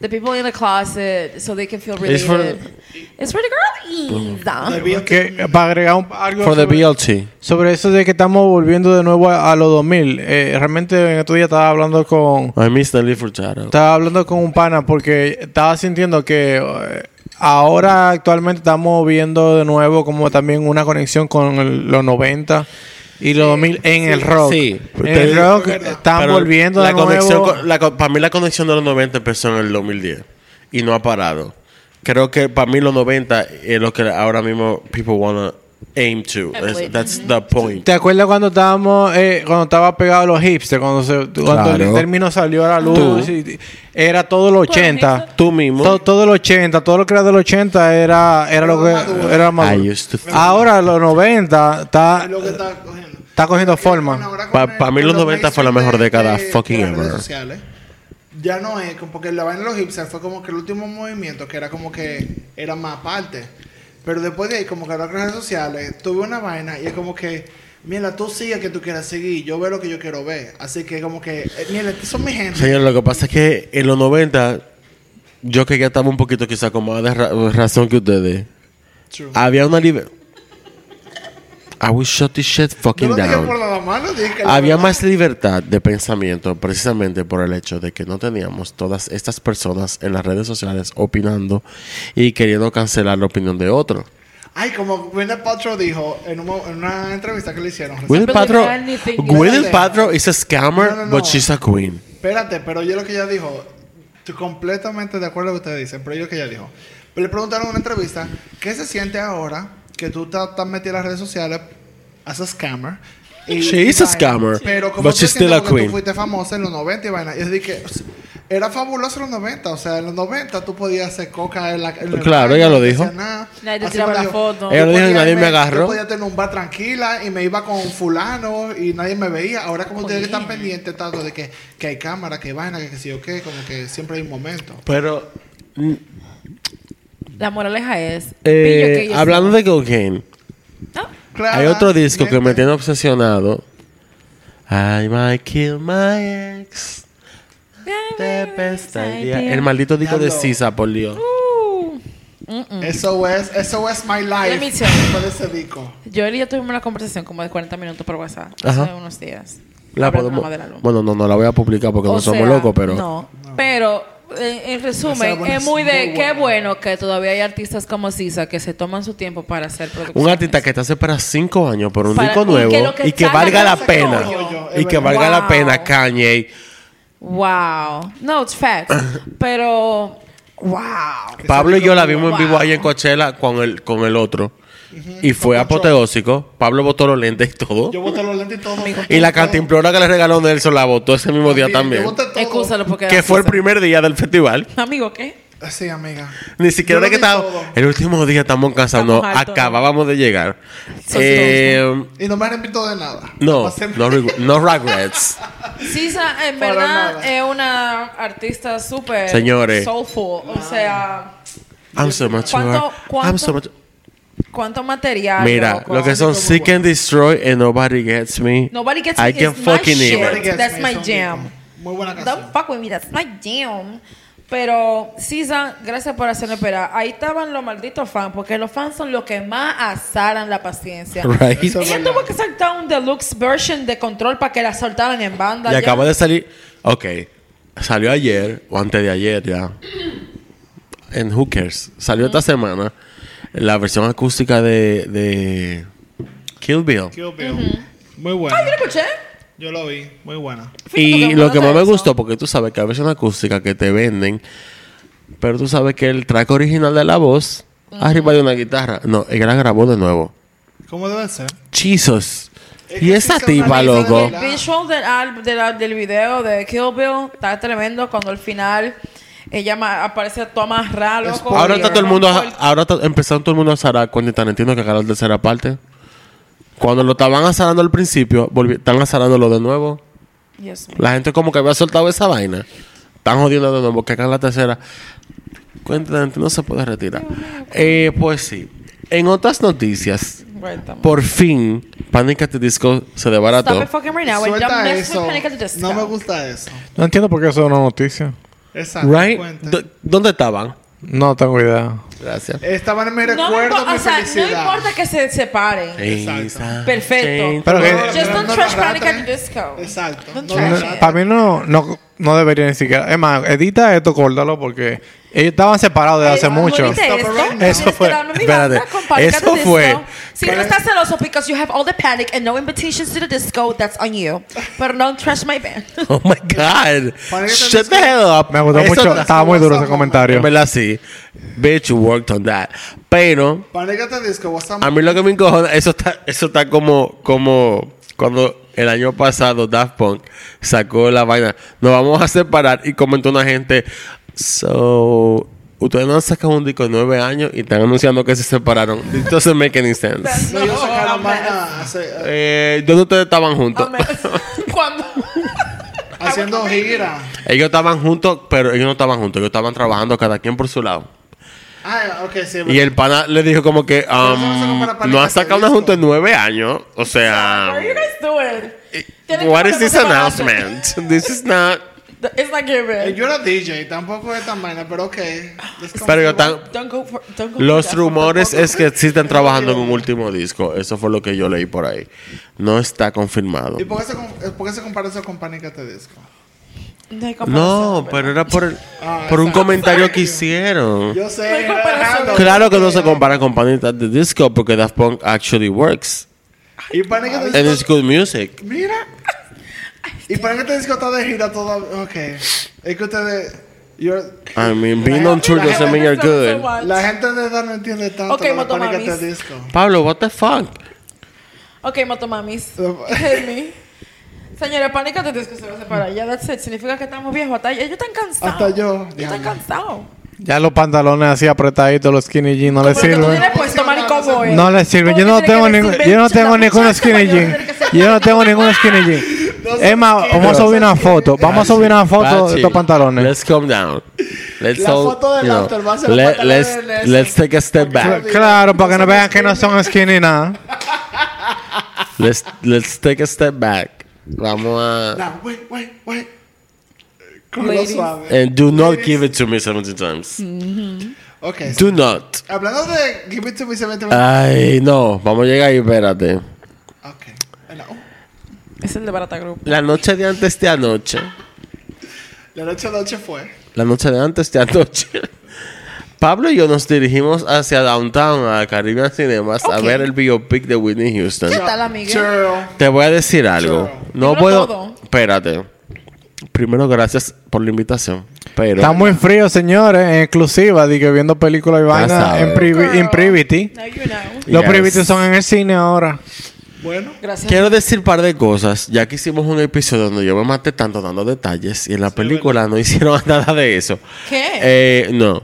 [SPEAKER 3] the people in the closet so they can feel related.
[SPEAKER 4] It's
[SPEAKER 3] It's
[SPEAKER 4] for-
[SPEAKER 3] for, the girlies.
[SPEAKER 5] Debía-
[SPEAKER 2] Que, para agregar un- algo
[SPEAKER 4] For the
[SPEAKER 2] sobre-
[SPEAKER 4] BLT.
[SPEAKER 2] Sobre eso de que estamos volviendo de nuevo a, a los 2000. Eh, realmente en estos días estaba hablando con...
[SPEAKER 4] I miss the Leaf Shadow.
[SPEAKER 2] Estaba hablando con un pana porque estaba sintiendo que eh, ahora actualmente estamos viendo de nuevo como también una conexión con el- los 90 y los 2000 en el rock.
[SPEAKER 4] Sí.
[SPEAKER 2] En el rock están
[SPEAKER 4] Pero
[SPEAKER 2] volviendo de
[SPEAKER 4] la conexión
[SPEAKER 2] nuevo.
[SPEAKER 4] con- la co- para mí la conexión de los 90 empezó en el 2010 y no ha parado. Creo que para mí los 90 es lo que ahora mismo people wanna aim to. That's, that's the point.
[SPEAKER 2] ¿Te acuerdas cuando estábamos, eh, cuando estaba pegado a los hipsters? Cuando, se, cuando el
[SPEAKER 4] Claro.
[SPEAKER 2] término salió a la luz.
[SPEAKER 4] Tú.
[SPEAKER 2] y- era todo los 80.
[SPEAKER 4] Tú mismo.
[SPEAKER 2] To- todo el 80, todo lo que era del 80 era, era lo que
[SPEAKER 5] Maduro.
[SPEAKER 2] era más.
[SPEAKER 4] I used to think-
[SPEAKER 2] Ahora los 90 está,
[SPEAKER 5] Es lo que está cogiendo.
[SPEAKER 2] está cogiendo forma.
[SPEAKER 5] Ahora con
[SPEAKER 4] Pa-
[SPEAKER 5] el-
[SPEAKER 4] pa' mí
[SPEAKER 5] con
[SPEAKER 4] los 90 fue la mejor
[SPEAKER 5] mainstream
[SPEAKER 4] década
[SPEAKER 5] de-
[SPEAKER 4] fucking
[SPEAKER 5] de las redes
[SPEAKER 4] ever.
[SPEAKER 5] sociales, Ya no es, como- porque la vaina de los hipsters fue como que el último movimiento que era como que era más aparte. Pero después de ahí, como que ahora con las redes sociales, tuve una vaina y es como que, mira, tú sigue que tú quieras seguir, yo veo lo que yo quiero ver. Así que como que, eh, mira, estos son mi gente.
[SPEAKER 4] Señor, lo que pasa es que en los 90 yo que ya estaba un poquito quizá con más de ra- razón que ustedes.
[SPEAKER 5] True.
[SPEAKER 4] Había una libertad. I will shut this shit
[SPEAKER 5] Yo
[SPEAKER 4] fucking
[SPEAKER 5] no dije
[SPEAKER 4] down.
[SPEAKER 5] por la mano, dije que la
[SPEAKER 4] Había
[SPEAKER 5] verdad-
[SPEAKER 4] más libertad de pensamiento precisamente por el hecho de que no teníamos todas estas personas en las redes sociales opinando y queriendo cancelar la opinión de otro.
[SPEAKER 5] Ay, como Gwyneth Paltrow dijo en, un mo- en una entrevista que le hicieron.
[SPEAKER 4] Gwyneth
[SPEAKER 3] Somebody
[SPEAKER 4] Paltrow,
[SPEAKER 3] had anything to
[SPEAKER 4] Gwyneth
[SPEAKER 5] say.
[SPEAKER 4] Paltrow is a scammer,
[SPEAKER 5] No, no, no.
[SPEAKER 4] but she's a queen.
[SPEAKER 5] Espérate, pero yo lo que ella dijo, estoy completamente de acuerdo con lo que ustedes dicen, pero yo lo que ella dijo. Pero le preguntaron en una entrevista, ¿qué se siente ahora que tú estás tan metido en las redes sociales as a scammer? Y-
[SPEAKER 4] She
[SPEAKER 5] y
[SPEAKER 4] is a
[SPEAKER 5] vaina?
[SPEAKER 4] scammer,
[SPEAKER 5] Pero como
[SPEAKER 4] but
[SPEAKER 5] tú
[SPEAKER 4] she's still
[SPEAKER 5] sientes
[SPEAKER 4] a
[SPEAKER 5] porque
[SPEAKER 4] queen.
[SPEAKER 5] tú fuiste famosa en los 90 y vaina. Y es de que o sea, era fabuloso en los 90. O sea, en los 90 tú podías hacer coca en la en el
[SPEAKER 4] Claro, ella
[SPEAKER 5] baño,
[SPEAKER 4] lo
[SPEAKER 5] no
[SPEAKER 4] dijo.
[SPEAKER 5] hacía nada.
[SPEAKER 3] Nadie te
[SPEAKER 5] Así
[SPEAKER 3] tiraba
[SPEAKER 5] me
[SPEAKER 3] la
[SPEAKER 5] dijo.
[SPEAKER 3] foto.
[SPEAKER 4] Ella lo
[SPEAKER 5] Yo
[SPEAKER 4] dijo y
[SPEAKER 5] podía
[SPEAKER 4] nadie me
[SPEAKER 5] irme-
[SPEAKER 4] agarró.
[SPEAKER 5] Yo podía tener un bar tranquila y me iba con fulano y nadie me veía. Ahora como ustedes que están pendientes tanto de que, que hay cámara, que hay vaina, que, que sí o qué, como que siempre hay un momento.
[SPEAKER 4] Pero
[SPEAKER 3] La moraleja es.
[SPEAKER 4] eh,
[SPEAKER 3] pillo que yo
[SPEAKER 4] hablando de cocaine,
[SPEAKER 3] soy. Ah,
[SPEAKER 5] Clara,
[SPEAKER 4] Hay otro disco que me
[SPEAKER 5] vete.
[SPEAKER 4] tiene obsesionado. I might kill my ex. the best idea. El maldito disco de
[SPEAKER 5] Diablo.
[SPEAKER 4] Sisa, por Dios.
[SPEAKER 3] Uh,
[SPEAKER 5] Eso es, eso es my life.
[SPEAKER 3] Let me tell you.
[SPEAKER 5] Después de ese disco.
[SPEAKER 3] yo y ella tuvimos una conversación como de 40 minutos por WhatsApp hace
[SPEAKER 4] Ajá.
[SPEAKER 3] unos días.
[SPEAKER 4] La
[SPEAKER 3] Hablando
[SPEAKER 4] podemos.
[SPEAKER 3] nada más del álbum.
[SPEAKER 4] Bueno, no, no la voy a publicar porque
[SPEAKER 3] O
[SPEAKER 4] no somos
[SPEAKER 3] sea,
[SPEAKER 4] locos, pero.
[SPEAKER 3] No, pero eh, en
[SPEAKER 5] Ese
[SPEAKER 3] resumen,
[SPEAKER 5] álbum
[SPEAKER 3] es
[SPEAKER 5] es
[SPEAKER 3] muy de
[SPEAKER 5] muy
[SPEAKER 3] qué
[SPEAKER 5] bueno.
[SPEAKER 3] bueno que todavía hay artistas como Sisa que se toman su tiempo para hacer producciones.
[SPEAKER 4] Un artista que te hace esperar cinco años por un
[SPEAKER 3] Para-
[SPEAKER 4] disco
[SPEAKER 3] y que
[SPEAKER 4] nuevo
[SPEAKER 3] lo que
[SPEAKER 4] y que
[SPEAKER 3] salga
[SPEAKER 4] valga
[SPEAKER 3] no
[SPEAKER 4] la
[SPEAKER 3] se
[SPEAKER 4] pena.
[SPEAKER 3] coño.
[SPEAKER 4] Y que
[SPEAKER 5] Wow.
[SPEAKER 4] valga la pena, Kanye.
[SPEAKER 3] Wow. No, it's facts. Pero, wow.
[SPEAKER 4] Pablo y yo la vimos en vivo ahí en Coachella con el, con el otro. Y fue apoteósico. Pablo botó los lentes y todo.
[SPEAKER 5] Yo boté los lentes y todo.
[SPEAKER 4] Y la cantimplora que le regaló Nelson la botó ese mismo día también.
[SPEAKER 5] Yo boté todo.
[SPEAKER 3] Excúsalo porque...
[SPEAKER 4] Que fue el primer día del festival.
[SPEAKER 3] Amigo, ¿qué?
[SPEAKER 5] Sí, amiga.
[SPEAKER 4] Ni siquiera
[SPEAKER 5] Yo lo
[SPEAKER 4] era que
[SPEAKER 5] di
[SPEAKER 4] estaba.
[SPEAKER 5] todo.
[SPEAKER 4] El último día estamos cansando.
[SPEAKER 3] Estamos hartos.
[SPEAKER 4] Acabábamos de llegar.
[SPEAKER 3] Son
[SPEAKER 4] Eh,
[SPEAKER 5] Y no me arrepiento de nada.
[SPEAKER 4] no,
[SPEAKER 5] Pasé-
[SPEAKER 4] no, reg- no regrets.
[SPEAKER 3] Sisa, en
[SPEAKER 5] Para
[SPEAKER 3] verdad,
[SPEAKER 5] nada.
[SPEAKER 3] es una artista súper...
[SPEAKER 4] Señores.
[SPEAKER 3] Soulful. O sea...
[SPEAKER 4] I'm so mature.
[SPEAKER 3] ¿Cuánto-
[SPEAKER 4] I'm
[SPEAKER 3] cuánto-
[SPEAKER 4] so mature.
[SPEAKER 3] ¿Cuánto material?
[SPEAKER 4] Mira,
[SPEAKER 3] loco?
[SPEAKER 4] lo que son Seek and Destroy and Nobody Gets Me.
[SPEAKER 3] Nobody gets
[SPEAKER 4] I
[SPEAKER 3] me
[SPEAKER 4] can
[SPEAKER 3] is my
[SPEAKER 4] fucking
[SPEAKER 3] shit.
[SPEAKER 4] even.
[SPEAKER 5] Nobody gets
[SPEAKER 3] That's
[SPEAKER 5] me,
[SPEAKER 3] my
[SPEAKER 5] son
[SPEAKER 3] jam.
[SPEAKER 5] people. Muy buena canción.
[SPEAKER 3] Don't fuck with me, that's my jam. Pero, Sisa, gracias por hacerme esperar. Ahí estaban los malditos fans, porque los fans son los que más azaran la paciencia.
[SPEAKER 4] Right.
[SPEAKER 5] Eso-
[SPEAKER 3] Ella tuvo que saltar un deluxe version de control para que la soltaran en banda.
[SPEAKER 4] Y
[SPEAKER 3] ya.
[SPEAKER 4] acaba de salir. Ok. Salió ayer o antes de ayer ya. En Hookers. Salió esta semana la versión acústica de, de Kill Bill.
[SPEAKER 5] Qué opio. Muy
[SPEAKER 3] Ay, yo
[SPEAKER 5] buena.
[SPEAKER 3] lo escuché.
[SPEAKER 5] Yo lo vi. Muy buena.
[SPEAKER 4] Y
[SPEAKER 3] Fíjate
[SPEAKER 4] lo que más me
[SPEAKER 3] bueno
[SPEAKER 4] gustó, porque tú sabes que a veces una acústica que te venden, pero tú sabes que el track original de la voz, arriba de una guitarra, no, ella la grabó de nuevo.
[SPEAKER 5] ¿Cómo debe ser?
[SPEAKER 4] Chisos.
[SPEAKER 5] Es
[SPEAKER 4] Y
[SPEAKER 5] que
[SPEAKER 4] esa
[SPEAKER 5] sí son
[SPEAKER 4] tipa,
[SPEAKER 5] una lista de
[SPEAKER 4] loco.
[SPEAKER 5] la-
[SPEAKER 3] El visual del, al- de la- del video de Kill Bill está tremendo cuando al final ella ma- aparece toda más raro.
[SPEAKER 4] Ahora está todo el mundo, ahora está- empezaron todo el mundo a zarar con Tarantino que ganó la tercera parte. Cuando lo estaban azarando al principio, volvi- están azarándolo de nuevo. La gente como que había soltado esa vaina. Están jodiendo de nuevo, que acá en la tercera. Cuéntate, no se puede retirar. Eh, pues sí. En otras noticias, por fin, Panic! at the Disco se
[SPEAKER 3] Stop
[SPEAKER 4] desbarató.
[SPEAKER 3] it fucking right now. and don't
[SPEAKER 5] Suelta
[SPEAKER 3] mess with
[SPEAKER 5] eso.
[SPEAKER 3] Panic at the Disco.
[SPEAKER 5] No me gusta eso.
[SPEAKER 2] No entiendo por qué eso es una noticia.
[SPEAKER 5] Exacto.
[SPEAKER 4] Right?
[SPEAKER 5] cuenta.
[SPEAKER 4] Do- ¿Dónde estaban?
[SPEAKER 2] No tengo idea.
[SPEAKER 4] Gracias.
[SPEAKER 5] Estaban en mi
[SPEAKER 3] No me
[SPEAKER 5] recuerdo,
[SPEAKER 3] impo-
[SPEAKER 5] mi
[SPEAKER 3] o sea, no
[SPEAKER 5] felicidad.
[SPEAKER 3] importa que se separen.
[SPEAKER 4] Esa-
[SPEAKER 3] Perfecto.
[SPEAKER 2] Pero que-
[SPEAKER 5] No,
[SPEAKER 3] Just
[SPEAKER 5] no,
[SPEAKER 3] don't
[SPEAKER 5] no
[SPEAKER 3] trash
[SPEAKER 5] lo
[SPEAKER 3] Panic at
[SPEAKER 5] traten.
[SPEAKER 3] the Disco.
[SPEAKER 5] Exacto.
[SPEAKER 3] Don't
[SPEAKER 5] No
[SPEAKER 3] trash
[SPEAKER 5] lo
[SPEAKER 3] it.
[SPEAKER 5] traten.
[SPEAKER 2] Para mí no, no, no debería ni siquiera. Es más, edita esto, córtalo, porque ellos estaban separados desde hace
[SPEAKER 3] Ay,
[SPEAKER 2] mucho.
[SPEAKER 3] ¿viste
[SPEAKER 5] Stop
[SPEAKER 3] esto?
[SPEAKER 5] it right now.
[SPEAKER 3] Tienes
[SPEAKER 2] Eso fue-
[SPEAKER 3] que darme mi
[SPEAKER 4] espérate,
[SPEAKER 3] banda con Panic at the
[SPEAKER 4] eso
[SPEAKER 3] Disco.
[SPEAKER 4] fue-
[SPEAKER 3] Si no estás celoso because you have all the panic and no invitations to the disco, that's on you. Pero don't trash my band.
[SPEAKER 4] Oh my God.
[SPEAKER 5] Panic! at the
[SPEAKER 4] Shut the
[SPEAKER 5] Disco.
[SPEAKER 4] hell up.
[SPEAKER 2] Este Me gustó
[SPEAKER 4] Eso
[SPEAKER 2] mucho.
[SPEAKER 4] está-
[SPEAKER 2] Estaba muy duro ese
[SPEAKER 5] Eso-
[SPEAKER 2] comentario.
[SPEAKER 4] En verdad, sí. Bitch, you worked on that. Pero,
[SPEAKER 5] Panic! at the Disco was a-
[SPEAKER 4] a mí lo que me encojona, eso está, eso está como, como cuando el año pasado Daft Punk sacó la vaina. Nos vamos a separar y comentó una gente. So, ustedes no han sacado un disco de nueve años y están anunciando que se separaron. It doesn't make any sense.
[SPEAKER 5] No, ellos sacaron
[SPEAKER 3] No, Ah,
[SPEAKER 5] vaina hace- eh,
[SPEAKER 4] Eh, ¿Dónde ustedes estaban juntos?
[SPEAKER 3] Hombre, Cuando.
[SPEAKER 5] haciendo gira.
[SPEAKER 4] Ellos estaban juntos, pero ellos no estaban juntos. Ellos estaban trabajando cada quien por su lado.
[SPEAKER 5] Ah, ok, sí.
[SPEAKER 4] Y el pana le dijo como que um,
[SPEAKER 5] eso no se compara para
[SPEAKER 4] no
[SPEAKER 5] el
[SPEAKER 4] han sacado una
[SPEAKER 5] disco.
[SPEAKER 4] junta en nueve años. O sea, eh,
[SPEAKER 3] What are you guys doing? Tienen
[SPEAKER 4] what
[SPEAKER 3] que
[SPEAKER 4] is this
[SPEAKER 3] separarse.
[SPEAKER 4] announcement? This is not.
[SPEAKER 3] It's not
[SPEAKER 5] Eh,
[SPEAKER 3] given.
[SPEAKER 5] Yo era DJ, tampoco es tan vaina, pero ok.
[SPEAKER 4] Pero yo tan-
[SPEAKER 3] Don't go for, don't go for
[SPEAKER 4] los
[SPEAKER 3] that.
[SPEAKER 4] rumores es que sí están trabajando en un último disco. Eso fue lo que yo leí por ahí. No está confirmado.
[SPEAKER 5] ¿Y por qué, se, com- eh, por qué se compara eso con Panic! at the Disco?
[SPEAKER 3] No, hay comparación,
[SPEAKER 4] No,
[SPEAKER 3] ¿verdad?
[SPEAKER 4] pero era por, el-
[SPEAKER 5] Ah,
[SPEAKER 4] por un
[SPEAKER 5] exacto.
[SPEAKER 4] comentario que hicieron.
[SPEAKER 5] Yo sé.
[SPEAKER 3] No hay comparación.
[SPEAKER 5] Alejandro.
[SPEAKER 4] Claro que no se compara con Panic! at the Disco porque Daft Punk actually works.
[SPEAKER 5] Y Panic!
[SPEAKER 3] Ah,
[SPEAKER 5] at the
[SPEAKER 4] And
[SPEAKER 5] Disco.
[SPEAKER 4] it's good music.
[SPEAKER 5] Mira. ¿Y Panic! at the Disco está de gira toda? Ok. Es que ustedes. you're-
[SPEAKER 4] I mean, being on tour doesn't mean you're good.
[SPEAKER 5] La gente de edad no entiende tanto
[SPEAKER 3] Ok,
[SPEAKER 5] lo de
[SPEAKER 3] Motomamis.
[SPEAKER 5] Panic! at the Disco.
[SPEAKER 4] Pablo, what the fuck?
[SPEAKER 3] Ok, motomamis. Help me. Señores, pánica te que se va a separar. Ya, that's it. Significa que estamos viejos. Hasta ellos están cansados.
[SPEAKER 5] Hasta yo,
[SPEAKER 3] Ellos están
[SPEAKER 5] diablo.
[SPEAKER 3] cansados.
[SPEAKER 2] Ya los pantalones así apretaditos, los skinny jeans, no les
[SPEAKER 3] Porque tú
[SPEAKER 2] sirven.
[SPEAKER 3] tienes puesto maricón boy.
[SPEAKER 2] No les sirven. Yo no
[SPEAKER 3] Porque
[SPEAKER 2] tengo
[SPEAKER 3] tienes que
[SPEAKER 2] ningún,
[SPEAKER 3] decir,
[SPEAKER 2] yo no
[SPEAKER 3] "Ven,
[SPEAKER 2] tengo
[SPEAKER 3] chula,
[SPEAKER 2] ningún
[SPEAKER 3] muchacha,
[SPEAKER 2] skinny
[SPEAKER 3] yo voy a
[SPEAKER 2] jean.
[SPEAKER 3] tener que ser-
[SPEAKER 2] Yo no tengo ningún skinny jean. Emma, vamos a subir una foto. Vamos a subir una foto de
[SPEAKER 4] Pachi,
[SPEAKER 2] estos pantalones.
[SPEAKER 4] Let's calm down. Let's
[SPEAKER 5] La
[SPEAKER 4] all-
[SPEAKER 5] foto del
[SPEAKER 4] you know,
[SPEAKER 5] after va a ser los
[SPEAKER 4] let-
[SPEAKER 5] pantalones
[SPEAKER 4] let's,
[SPEAKER 5] de Nelson.
[SPEAKER 4] let's take a step back.
[SPEAKER 2] Claro, para que no vean que no son skinny nada.
[SPEAKER 4] Let's, let's take a step back. Vamos a...
[SPEAKER 5] No, wait, wait, wait. Con lo
[SPEAKER 3] Ladies.
[SPEAKER 5] suave.
[SPEAKER 4] And do not give it to me 70 times.
[SPEAKER 5] Ok. sí.
[SPEAKER 4] Do not.
[SPEAKER 5] Hablando de Give It To Me 70
[SPEAKER 4] Ah. Ay, no. Vamos a llegar ahí, espérate.
[SPEAKER 5] Ok. uh, No.
[SPEAKER 3] Es el de Barata Group.
[SPEAKER 4] La noche de antes de anoche.
[SPEAKER 5] La noche a noche fue.
[SPEAKER 4] La noche de antes de anoche. Pablo y yo nos dirigimos hacia Downtown, a Caribbean Cinemas, a
[SPEAKER 3] Ok.
[SPEAKER 4] ver el biopic de Whitney Houston.
[SPEAKER 3] ¿Qué tal, amiga?
[SPEAKER 5] Girl.
[SPEAKER 4] Te voy a decir algo. No
[SPEAKER 3] Dímelo
[SPEAKER 4] puedo.
[SPEAKER 3] todo.
[SPEAKER 4] Espérate. primero, gracias por la invitación. Pero.
[SPEAKER 2] Está muy frío, señores, en exclusiva, de que viendo películas y vainas
[SPEAKER 4] sabes.
[SPEAKER 2] en, privi- en privity.
[SPEAKER 3] Now you know.
[SPEAKER 2] Los
[SPEAKER 4] Yes.
[SPEAKER 2] privity son en el cine ahora.
[SPEAKER 5] Bueno,
[SPEAKER 3] Gracias.
[SPEAKER 4] Quiero decir un par de cosas. Ya que hicimos un episodio donde yo me maté tanto dando detalles y en la película no hicieron nada de eso.
[SPEAKER 3] ¿Qué?
[SPEAKER 4] Eh, no.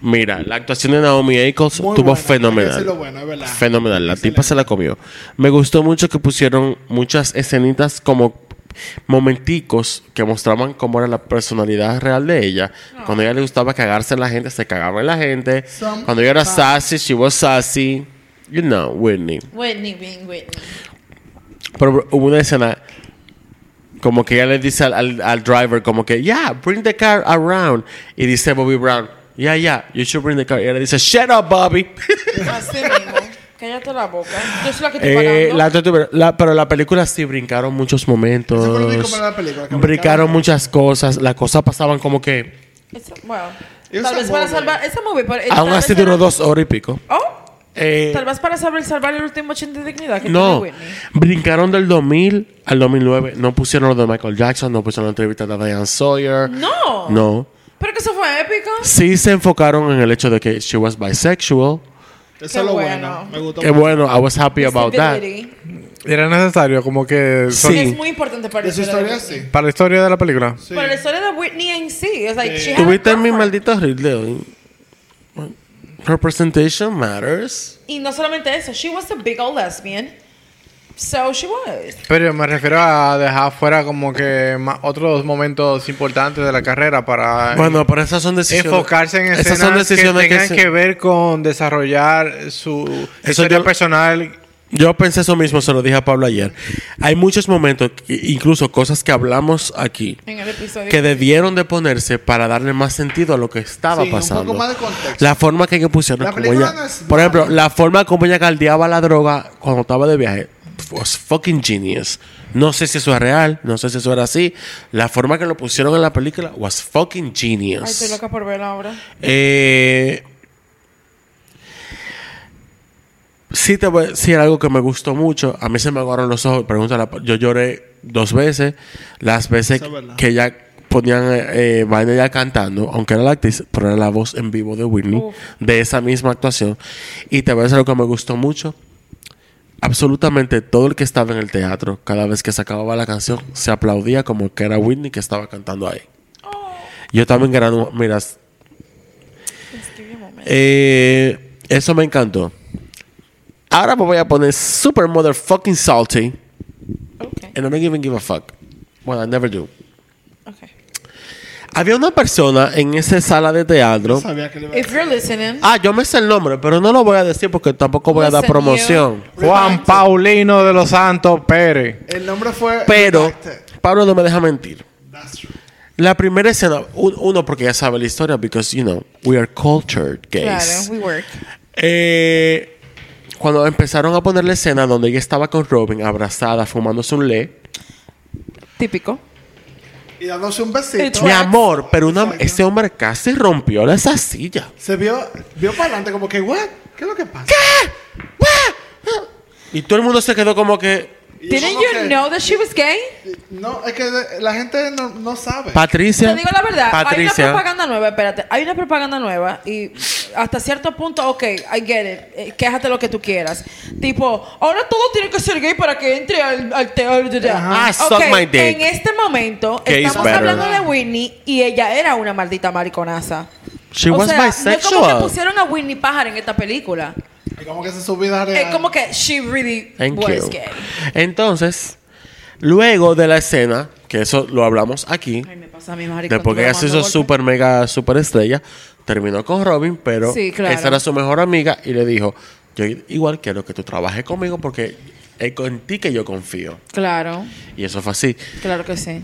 [SPEAKER 4] Mira, la actuación de Naomi Ackles
[SPEAKER 5] Muy
[SPEAKER 4] tuvo
[SPEAKER 5] buena, hay que
[SPEAKER 4] fenomenal.
[SPEAKER 5] decirlo bueno, es verdad.
[SPEAKER 4] Fenomenal. La tipa se la comió. Me gustó mucho que pusieron muchas escenitas como momenticos que mostraban cómo era la personalidad real de ella. Cuando a ella le gustaba cagarse en la gente, se cagaba en la gente.
[SPEAKER 5] Some-
[SPEAKER 4] Cuando ella era
[SPEAKER 5] pa-
[SPEAKER 4] sassy, she was sassy. You know, Whitney.
[SPEAKER 3] Whitney, being Whitney.
[SPEAKER 4] Pero hubo una escena como que ella le dice al, al- al driver como que, yeah, bring the car around. Y dice Bobby Brown, yeah, yeah, you should bring the car. Y ella le dice, shut up, Bobby.
[SPEAKER 3] Así mismo. Cállate la boca. Yo soy la que te
[SPEAKER 4] Eh,
[SPEAKER 3] pagando.
[SPEAKER 4] la, tortura- la- pero la película sí brincaron muchos momentos.
[SPEAKER 5] Eso fue lo único malo de la película, que
[SPEAKER 4] brincaron
[SPEAKER 5] brincaron.
[SPEAKER 4] muchas cosas. Las cosas pasaban como que...
[SPEAKER 3] Esa- bueno,
[SPEAKER 5] Esa
[SPEAKER 3] tal vez para
[SPEAKER 5] movie.
[SPEAKER 3] salvar... Esa movie... pero- eh,
[SPEAKER 4] Aún
[SPEAKER 3] tal
[SPEAKER 4] así
[SPEAKER 3] vez
[SPEAKER 4] duró
[SPEAKER 3] era-
[SPEAKER 4] dos horas y pico.
[SPEAKER 3] Oh,
[SPEAKER 4] Eh,
[SPEAKER 3] tal vez para saber salvar el último chin de dignidad que
[SPEAKER 4] No,
[SPEAKER 3] tiene Whitney.
[SPEAKER 4] brincaron del 2000 al 2009. No pusieron lo de Michael Jackson, no pusieron la entrevista de Diane Sawyer.
[SPEAKER 3] No.
[SPEAKER 4] No.
[SPEAKER 3] Pero que eso fue épico.
[SPEAKER 4] Sí se enfocaron en el hecho de que she was bisexual.
[SPEAKER 5] eso
[SPEAKER 3] Qué
[SPEAKER 5] es
[SPEAKER 3] bueno.
[SPEAKER 5] lo bueno. Me gustó.
[SPEAKER 4] Que bueno, I was happy about that.
[SPEAKER 3] Stability.
[SPEAKER 2] Era necesario, como que son-
[SPEAKER 4] Sí.
[SPEAKER 3] Es muy importante para
[SPEAKER 5] De su historia,
[SPEAKER 3] Whitney.
[SPEAKER 5] sí.
[SPEAKER 2] para la historia de la película.
[SPEAKER 5] Sí.
[SPEAKER 3] Para la historia de Whitney en sí. Es like, she had a
[SPEAKER 4] ¿Tuviste mi
[SPEAKER 3] girlfriend.
[SPEAKER 4] maldito reel de hoy? Representation matters.
[SPEAKER 3] Y no solamente eso. She was a big old lesbian. So she was.
[SPEAKER 2] Pero me refiero a dejar fuera como que ma- otros momentos importantes de la carrera para
[SPEAKER 4] Bueno, pero esas son decisiones.
[SPEAKER 2] enfocarse en escenas
[SPEAKER 4] esas son decisiones
[SPEAKER 2] que
[SPEAKER 4] que,
[SPEAKER 2] tengan que,
[SPEAKER 4] se-
[SPEAKER 2] ver con desarrollar su
[SPEAKER 4] Eso
[SPEAKER 2] historia
[SPEAKER 4] yo-
[SPEAKER 2] personal.
[SPEAKER 4] Yo pensé eso mismo, se lo dije a Pablo ayer. Hay muchos momentos, i- incluso cosas que hablamos aquí,
[SPEAKER 3] En el episodio.
[SPEAKER 4] que debieron de ponerse para darle más sentido a lo que estaba
[SPEAKER 5] Sí, un
[SPEAKER 4] pasando.
[SPEAKER 5] poco más de contexto.
[SPEAKER 4] La forma que ella pusieron.
[SPEAKER 5] La
[SPEAKER 4] como
[SPEAKER 5] película
[SPEAKER 4] ella-
[SPEAKER 5] no es
[SPEAKER 4] por ejemplo,
[SPEAKER 5] mala.
[SPEAKER 4] la forma como ella caldeaba la droga cuando estaba de viaje was fucking genius. No sé si eso es real, no sé si eso era así. La forma que lo pusieron en la película was fucking genius.
[SPEAKER 3] Ay, estoy loca por verla ahora.
[SPEAKER 4] Eh, sí, te voy a decir algo que me gustó mucho. A mí se me aguaron los ojos. Pregúntala. Yo lloré dos veces. Las veces
[SPEAKER 5] Eso es verdad.
[SPEAKER 4] que ya ponían eh, eh, vaina ya cantando, aunque era la actriz, pero era la voz en vivo de Whitney,
[SPEAKER 3] Uf.
[SPEAKER 4] de esa misma actuación. Y te voy a decir algo que me gustó mucho. Absolutamente todo el que estaba en el teatro, cada vez que se acababa la canción, se aplaudía como que era Whitney que estaba cantando ahí. Yo también era, un- mira,
[SPEAKER 3] Escribí un momento.
[SPEAKER 4] eh, eso me encantó. Ahora me voy a poner super motherfucking salty.
[SPEAKER 3] Okay.
[SPEAKER 4] And I don't even give a fuck. Well, I never do.
[SPEAKER 3] Okay.
[SPEAKER 4] Había una persona en esa sala de teatro.
[SPEAKER 5] No sabía que le iba a
[SPEAKER 3] If you're listening,
[SPEAKER 4] Ah, yo me sé el nombre, pero no lo voy a decir porque tampoco voy a dar
[SPEAKER 3] Listen,
[SPEAKER 4] promoción.
[SPEAKER 2] Juan Paulino de los Santos Pérez.
[SPEAKER 5] El nombre fue.
[SPEAKER 4] Pero,
[SPEAKER 5] Redacted.
[SPEAKER 4] Pablo no me deja mentir.
[SPEAKER 5] That's true.
[SPEAKER 4] La primera escena, un- uno porque ya sabe la historia, because, you know, we are cultured gays.
[SPEAKER 3] claro, we work.
[SPEAKER 4] Eh, cuando empezaron a poner la escena donde ella estaba con Robin abrazada, fumándose un le.
[SPEAKER 3] Típico.
[SPEAKER 5] Y dándose un besito.
[SPEAKER 3] It's
[SPEAKER 4] Mi
[SPEAKER 3] Tracks.
[SPEAKER 4] amor, pero una,
[SPEAKER 5] Exacto.
[SPEAKER 4] ese hombre casi rompió la esa silla.
[SPEAKER 5] Se vio, vio para adelante como que, what? ¿Qué es lo que pasa?
[SPEAKER 4] Y todo el mundo se quedó como que.
[SPEAKER 5] Y yo
[SPEAKER 3] Didn't
[SPEAKER 5] como
[SPEAKER 3] you
[SPEAKER 5] que-
[SPEAKER 3] know that she was gay?
[SPEAKER 5] No, es que de- la gente no, no sabe.
[SPEAKER 4] Patricia.
[SPEAKER 3] Te digo la verdad, hay una
[SPEAKER 4] Patricia.
[SPEAKER 3] propaganda nueva, espérate, hay una propaganda nueva y hasta cierto punto, ok, I get it, eh, quéjate lo que tú quieras. Tipo, ahora todo tiene que ser gay para que entre al, al te- al-
[SPEAKER 4] Ajá. Ah, suck
[SPEAKER 3] Ok,
[SPEAKER 4] my dick.
[SPEAKER 3] En este momento
[SPEAKER 4] Gay is
[SPEAKER 3] estamos
[SPEAKER 4] better.
[SPEAKER 3] hablando de Whitney y ella era una maldita mariconaza.
[SPEAKER 4] She was
[SPEAKER 3] no es como
[SPEAKER 4] bisexual.
[SPEAKER 3] que pusieron a Whitney pájaro en esta película.
[SPEAKER 5] Y como que se subida
[SPEAKER 3] Es Eh, como que she really
[SPEAKER 4] Thank
[SPEAKER 3] was
[SPEAKER 4] you.
[SPEAKER 3] gay.
[SPEAKER 4] Entonces, luego de la escena, que eso lo hablamos aquí,
[SPEAKER 3] Ay, me pasa a mi maricón.
[SPEAKER 4] después que
[SPEAKER 3] tú
[SPEAKER 4] ella se hizo
[SPEAKER 3] dando golpes.
[SPEAKER 4] super mega super estrella, terminó con Robin, pero
[SPEAKER 3] Sí, claro.
[SPEAKER 4] esa era su mejor amiga y le dijo: Yo igual quiero que tú trabajes conmigo porque es en ti que yo confío.
[SPEAKER 3] Claro,
[SPEAKER 4] Y eso fue así.
[SPEAKER 3] claro que sí.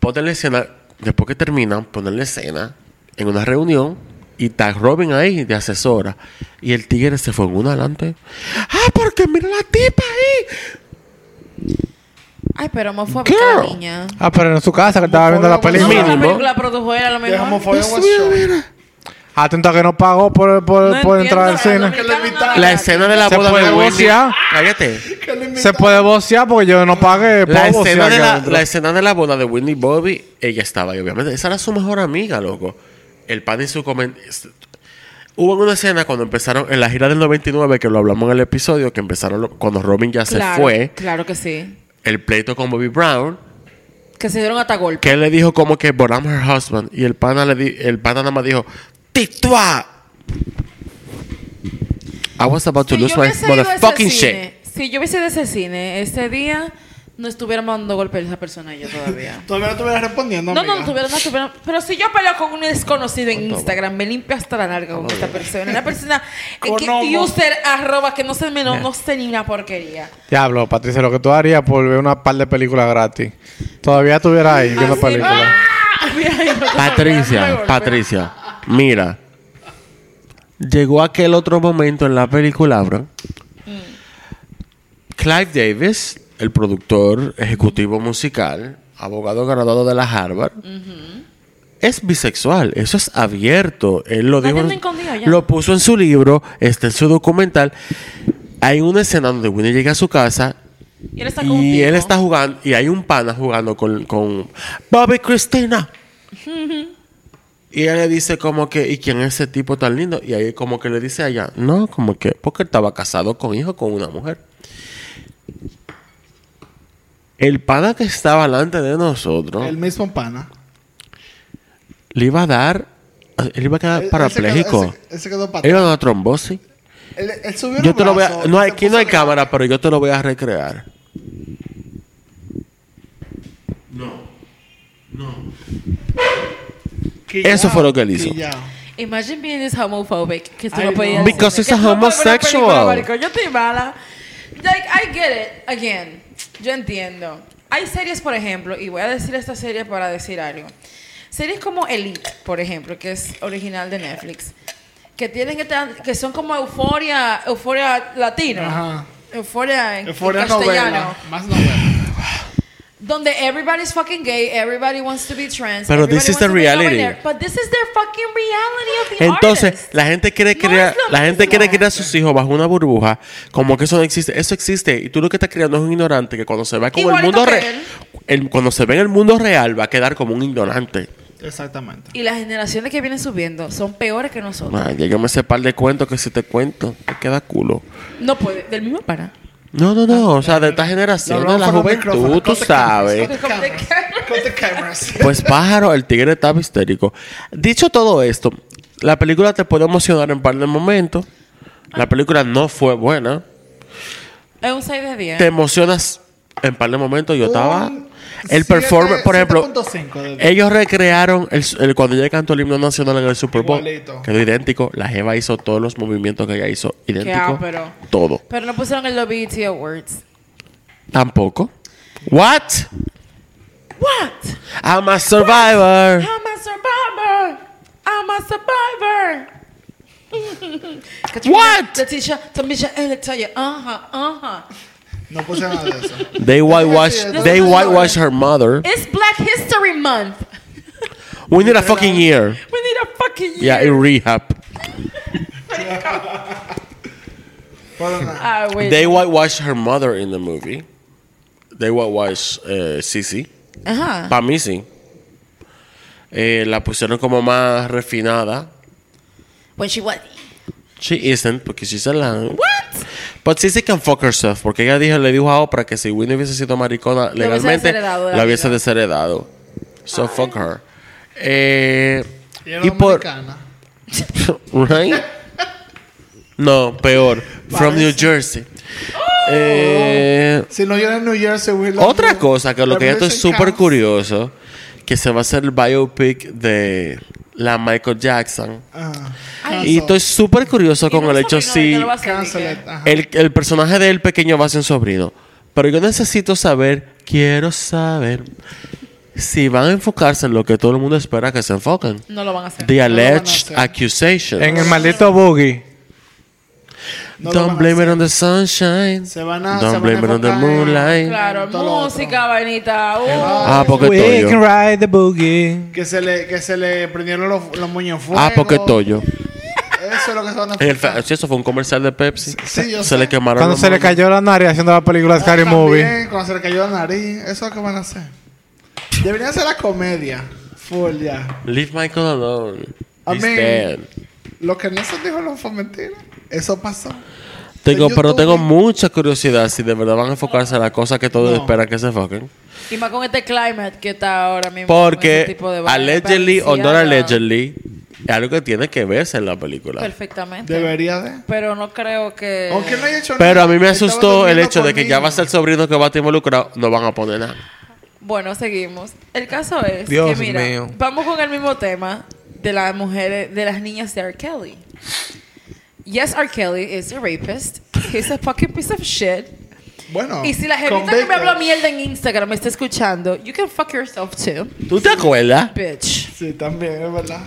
[SPEAKER 4] ponen la escena, después que terminan, ponen la escena en una reunión y está Robin ahí de asesora. Y el tigre se fue en una adelante. ¡Ah, porque mira la tipa ahí!
[SPEAKER 3] Ay, pero homofóbica la
[SPEAKER 4] Girl.
[SPEAKER 3] niña.
[SPEAKER 2] Ah, pero en su casa que estaba viendo la
[SPEAKER 5] Homofóbico,
[SPEAKER 3] No,
[SPEAKER 2] película.
[SPEAKER 3] la
[SPEAKER 4] mínimo.
[SPEAKER 3] película produjo era lo mejor.
[SPEAKER 5] Dejamos fuera West Shore.
[SPEAKER 2] Atento a que no pagó por, por,
[SPEAKER 3] No
[SPEAKER 2] por
[SPEAKER 3] entiendo,
[SPEAKER 2] entrar al
[SPEAKER 3] los
[SPEAKER 2] cine.
[SPEAKER 3] dominicanos no
[SPEAKER 5] La
[SPEAKER 3] hablan
[SPEAKER 4] La
[SPEAKER 3] así.
[SPEAKER 4] escena de la
[SPEAKER 2] Se
[SPEAKER 4] boda
[SPEAKER 2] puede
[SPEAKER 4] de Wendy.
[SPEAKER 2] bocear.
[SPEAKER 4] Cállate.
[SPEAKER 5] Que le
[SPEAKER 2] Se puede vocear porque yo no pagué. puedo
[SPEAKER 4] La escena,
[SPEAKER 2] vocear
[SPEAKER 4] de
[SPEAKER 2] aquí
[SPEAKER 4] la,
[SPEAKER 2] adentro.
[SPEAKER 4] la escena de la boda de Whitney Bobby, ella estaba ahí, obviamente. Esa era su mejor amiga, loco. El pan y su comentario. Hubo una escena cuando empezaron, en la gira del 99, que lo hablamos en el episodio, que empezaron lo- cuando Robin ya se
[SPEAKER 3] Claro,
[SPEAKER 4] fue,
[SPEAKER 3] Claro que sí.
[SPEAKER 4] el pleito con Bobby Brown,
[SPEAKER 3] Que se dieron hasta golpe.
[SPEAKER 4] que él le dijo como que, but I'm her husband. Y el pana, le di- el pana nada más dijo, ¡Titua! I was about to
[SPEAKER 3] Si
[SPEAKER 4] lose
[SPEAKER 3] yo
[SPEAKER 4] my
[SPEAKER 3] hubiese ido a ese
[SPEAKER 4] motherfucking shit.
[SPEAKER 3] cine, Si yo hubiese ido a ese cine ese día, no estuviéramos dando golpes a esa persona y yo todavía.
[SPEAKER 5] Todavía no estuvieras respondiendo.
[SPEAKER 3] No, no, no
[SPEAKER 5] amiga.
[SPEAKER 3] estuviera, no estuviera. Pero si yo peleo con un desconocido en Instagram, me limpio hasta la narga con esta persona. Una persona eh, que
[SPEAKER 5] Conomo.
[SPEAKER 3] user arroba que no se me no, no sé ni una porquería.
[SPEAKER 2] Diablo, Patricia, lo que tú harías por ver una par de películas gratis. Todavía estuviera ahí viendo
[SPEAKER 3] Así-
[SPEAKER 2] películas.
[SPEAKER 3] ¡Ah! Mira, yo todavía dándole
[SPEAKER 4] Patricia,
[SPEAKER 3] golpe.
[SPEAKER 4] Patricia, mira. Llegó aquel otro momento en la película, bro. Clive Davis, el productor ejecutivo musical, abogado graduado de la Harvard, es bisexual. Eso es abierto. Él lo
[SPEAKER 3] Está
[SPEAKER 4] dijo.
[SPEAKER 3] bien escondido ya.
[SPEAKER 4] Lo puso en su libro, está en su documental. Hay una escena donde Winnie llega a su casa
[SPEAKER 3] Y él está con un
[SPEAKER 4] y él
[SPEAKER 3] tipo.
[SPEAKER 4] está jugando, y hay un pana jugando con, con Bobby Cristina. y ella le dice como que, ¿y quién es ese tipo tan lindo? Y ahí como que le dice a ella, no, como que, porque él estaba casado con hijo con una mujer. El pana que estaba delante de nosotros
[SPEAKER 5] El mismo pana.
[SPEAKER 4] le iba a dar, él iba a quedar
[SPEAKER 5] Él- él se
[SPEAKER 4] parapléjico.
[SPEAKER 5] quedó- Él se, él se quedó
[SPEAKER 4] Él
[SPEAKER 5] patrón.
[SPEAKER 4] iba a dar una trombosis.
[SPEAKER 5] Él, él subió
[SPEAKER 4] Yo
[SPEAKER 5] los
[SPEAKER 4] te lo voy a,
[SPEAKER 5] brazos,
[SPEAKER 4] no hay,
[SPEAKER 5] se
[SPEAKER 4] aquí
[SPEAKER 5] puso
[SPEAKER 4] no hay
[SPEAKER 5] la-
[SPEAKER 4] cámara, pero yo te lo voy a recrear.
[SPEAKER 5] Quillao,
[SPEAKER 4] Eso fue lo que él hizo.
[SPEAKER 5] quillao.
[SPEAKER 3] Imagine being this homophobic. Que tú
[SPEAKER 5] Ay,
[SPEAKER 3] no puedes
[SPEAKER 5] no.
[SPEAKER 3] ir al
[SPEAKER 4] Because
[SPEAKER 3] cine,
[SPEAKER 4] it's
[SPEAKER 3] que
[SPEAKER 4] a
[SPEAKER 3] tú no puedes ver una
[SPEAKER 4] homosexual.
[SPEAKER 3] película, marico. Yo estoy mala. Like, I get it. Again. Yo entiendo. Hay series, por ejemplo, y voy a decir esta serie para decir algo. Series como Elite, por ejemplo, que es original de Netflix. Que tienen esta- que son como euforia, euforia latino.
[SPEAKER 5] Ajá.
[SPEAKER 3] Euforia en, en
[SPEAKER 5] Fue una
[SPEAKER 3] castellano.
[SPEAKER 5] novela. Más novela.
[SPEAKER 3] Donde everybody's fucking gay, everybody wants to be trans.
[SPEAKER 4] Pero this is
[SPEAKER 3] everybody
[SPEAKER 4] the
[SPEAKER 3] wants to be
[SPEAKER 4] reality.
[SPEAKER 3] non-binary, But this is their fucking reality of the
[SPEAKER 4] Entonces,
[SPEAKER 3] artist.
[SPEAKER 4] la gente quiere
[SPEAKER 3] No
[SPEAKER 4] crear,
[SPEAKER 3] es lo
[SPEAKER 4] la gente quiere
[SPEAKER 3] mismo.
[SPEAKER 4] criar a sus hijos bajo una burbuja, como que eso no existe, eso existe y tú lo que estás criando es un ignorante que cuando se va con el
[SPEAKER 3] Igualito
[SPEAKER 4] mundo
[SPEAKER 3] que
[SPEAKER 4] real,
[SPEAKER 3] él.
[SPEAKER 4] cuando se ve en el mundo real va a quedar como un ignorante.
[SPEAKER 5] Exactamente.
[SPEAKER 3] Y las generaciones que vienen subiendo son peores que nosotros.
[SPEAKER 4] Man, llegame ese par de cuentos que si te cuento te queda culo.
[SPEAKER 3] No puede, del mismo para.
[SPEAKER 4] No, no, no, o sea, de esta generación
[SPEAKER 5] Lo
[SPEAKER 4] de la
[SPEAKER 5] hablamos con los
[SPEAKER 4] juventud, tú
[SPEAKER 5] micrófonos, con
[SPEAKER 4] sabes.
[SPEAKER 5] los micrófonos. Con the cameras. Con the cameras.
[SPEAKER 4] Pues pájaro, el tigre estaba histérico. Dicho todo esto, la película te puede emocionar en par de momentos. La película no fue buena.
[SPEAKER 3] Es un 6 de 10.
[SPEAKER 4] te emocionas en par de momentos. Yo
[SPEAKER 5] Un
[SPEAKER 4] estaba. El
[SPEAKER 5] siete-
[SPEAKER 4] performance, por ejemplo,
[SPEAKER 5] 7.5 de-
[SPEAKER 4] ellos recrearon el, el- cuando ella cantó el himno nacional en el Super Bowl.
[SPEAKER 5] Igualito.
[SPEAKER 4] Quedó idéntico. La Jeva hizo todos los movimientos que ella hizo. Idéntico.
[SPEAKER 3] ápero.
[SPEAKER 4] Todo.
[SPEAKER 3] Pero no pusieron el WBT Awards.
[SPEAKER 4] Tampoco. What?
[SPEAKER 3] What?
[SPEAKER 4] I'm a survivor.
[SPEAKER 3] I'm a survivor. I'm a survivor.
[SPEAKER 4] What?
[SPEAKER 3] Leticia, Tamisha, and Latoya. Ajá, ajá.
[SPEAKER 5] No puse nada de eso.
[SPEAKER 4] They whitewash.
[SPEAKER 5] Nosotros
[SPEAKER 4] They
[SPEAKER 3] no.
[SPEAKER 4] whitewash her mother.
[SPEAKER 3] It's Black History Month.
[SPEAKER 4] We need a fucking year.
[SPEAKER 3] We need a fucking year.
[SPEAKER 4] Yeah, in rehab.
[SPEAKER 5] Pero nada.
[SPEAKER 3] Ah, wait.
[SPEAKER 4] They whitewash her mother in the movie. They whitewash eh, Sissy.
[SPEAKER 3] Ajá.
[SPEAKER 4] Para mí sí. Eh, la pusieron como más refinada.
[SPEAKER 3] When she was.
[SPEAKER 4] She isn't, porque she's a lamb.
[SPEAKER 3] What?
[SPEAKER 4] But Sissy can fuck herself, porque ella dijo, le dijo a Oprah que si Whitney hubiese sido maricona legalmente,
[SPEAKER 3] desheredado de la
[SPEAKER 4] la hubiese
[SPEAKER 3] vida.
[SPEAKER 4] desheredado. So fuck her. Eh,
[SPEAKER 5] Y era
[SPEAKER 4] y por...
[SPEAKER 5] dominicana.
[SPEAKER 4] right? No, peor. From New Jersey. Eh,
[SPEAKER 5] Si no, yo era en New Jersey. güey, la-
[SPEAKER 4] otra cosa que lo
[SPEAKER 5] la
[SPEAKER 4] que yo estoy
[SPEAKER 5] American
[SPEAKER 4] súper
[SPEAKER 5] Camp.
[SPEAKER 4] curioso, que se va a hacer el biopic de la Michael Jackson.
[SPEAKER 5] Ajá.
[SPEAKER 3] Ay,
[SPEAKER 4] Y estoy súper curioso con
[SPEAKER 3] Ah, Y no
[SPEAKER 4] el hecho
[SPEAKER 3] sobrino de
[SPEAKER 4] si
[SPEAKER 3] que lo va a hacer,
[SPEAKER 5] Cancel
[SPEAKER 3] dije.
[SPEAKER 5] it, eh, ajá.
[SPEAKER 4] el, el personaje de él pequeño va a ser un sobrino. Pero yo necesito saber, quiero saber si van a enfocarse en lo que todo el mundo espera que se enfoquen.
[SPEAKER 3] No lo van a hacer.
[SPEAKER 4] The
[SPEAKER 5] lo van a
[SPEAKER 4] alleged
[SPEAKER 5] hacer.
[SPEAKER 4] accusation.
[SPEAKER 2] En el maldito boogie.
[SPEAKER 5] No lo van
[SPEAKER 4] Don't
[SPEAKER 5] a
[SPEAKER 4] blame it
[SPEAKER 5] hacer.
[SPEAKER 4] on the sunshine.
[SPEAKER 5] Se van a- se
[SPEAKER 4] Don't
[SPEAKER 5] van
[SPEAKER 4] blame
[SPEAKER 5] a
[SPEAKER 4] it on the
[SPEAKER 5] enfocar en-
[SPEAKER 4] moonlight.
[SPEAKER 3] Claro,
[SPEAKER 5] Todo lo
[SPEAKER 3] música, vainita. uh.
[SPEAKER 4] Ah, porque
[SPEAKER 2] We can
[SPEAKER 4] estoy yo.
[SPEAKER 2] ride the boogie.
[SPEAKER 5] Que se le, que se le prendieron los, los moños fuego.
[SPEAKER 4] Eh. Ah, porque estoy yo.
[SPEAKER 5] Eso es lo que son
[SPEAKER 4] En el fa- sí, eso fue un comercial de Pepsi.
[SPEAKER 5] Sí, yo
[SPEAKER 4] se le
[SPEAKER 5] sé.
[SPEAKER 4] quemaron
[SPEAKER 2] Cuando
[SPEAKER 4] los
[SPEAKER 2] se le
[SPEAKER 4] moños.
[SPEAKER 2] cayó la nariz haciendo la película Scary Movie.
[SPEAKER 5] Cuando se le cayó la nariz. Eso es lo que van a hacer. Deberían hacer la comedia. Full ya.
[SPEAKER 4] Leave Michael alone.
[SPEAKER 5] I
[SPEAKER 4] He's
[SPEAKER 5] mean-
[SPEAKER 4] dead.
[SPEAKER 5] Lo que no se dijo no fue mentira. Eso pasó.
[SPEAKER 4] Tengo,
[SPEAKER 5] Pero
[SPEAKER 4] pero
[SPEAKER 5] YouTube-
[SPEAKER 4] tengo mucha curiosidad si de verdad van a enfocarse en las cosas que todos
[SPEAKER 5] No.
[SPEAKER 4] esperan que se enfoquen.
[SPEAKER 3] Y más con este climate que está ahora mismo. con ese
[SPEAKER 4] Porque
[SPEAKER 3] tipo de vaina.
[SPEAKER 4] allegedly o no
[SPEAKER 3] Parecía
[SPEAKER 4] allegedly es algo que tiene que verse en la película.
[SPEAKER 3] Perfectamente.
[SPEAKER 5] Debería de.
[SPEAKER 3] Pero no creo que.
[SPEAKER 5] Aunque no haya hecho
[SPEAKER 4] Pero
[SPEAKER 5] nada,
[SPEAKER 4] a mí me
[SPEAKER 5] estaba
[SPEAKER 4] asustó el
[SPEAKER 5] durmiendo
[SPEAKER 4] hecho de que ya
[SPEAKER 5] conmigo.
[SPEAKER 4] va a ser el sobrino que va a estar involucrado. No van a poner nada.
[SPEAKER 3] Bueno, seguimos. El caso es
[SPEAKER 2] Dios
[SPEAKER 3] que, mira,
[SPEAKER 2] mío.
[SPEAKER 3] vamos con el mismo tema de las mujeres, de las niñas de R. Kelly. Yes, R. Kelly is a rapist. He's a fucking piece of shit.
[SPEAKER 5] Bueno.
[SPEAKER 3] Y si la gente que me
[SPEAKER 5] convicto.
[SPEAKER 3] habló mierda en Instagram me está escuchando, you can fuck yourself too,
[SPEAKER 4] ¿Tú te acuerdas?
[SPEAKER 3] bitch.
[SPEAKER 5] Sí, también, es verdad.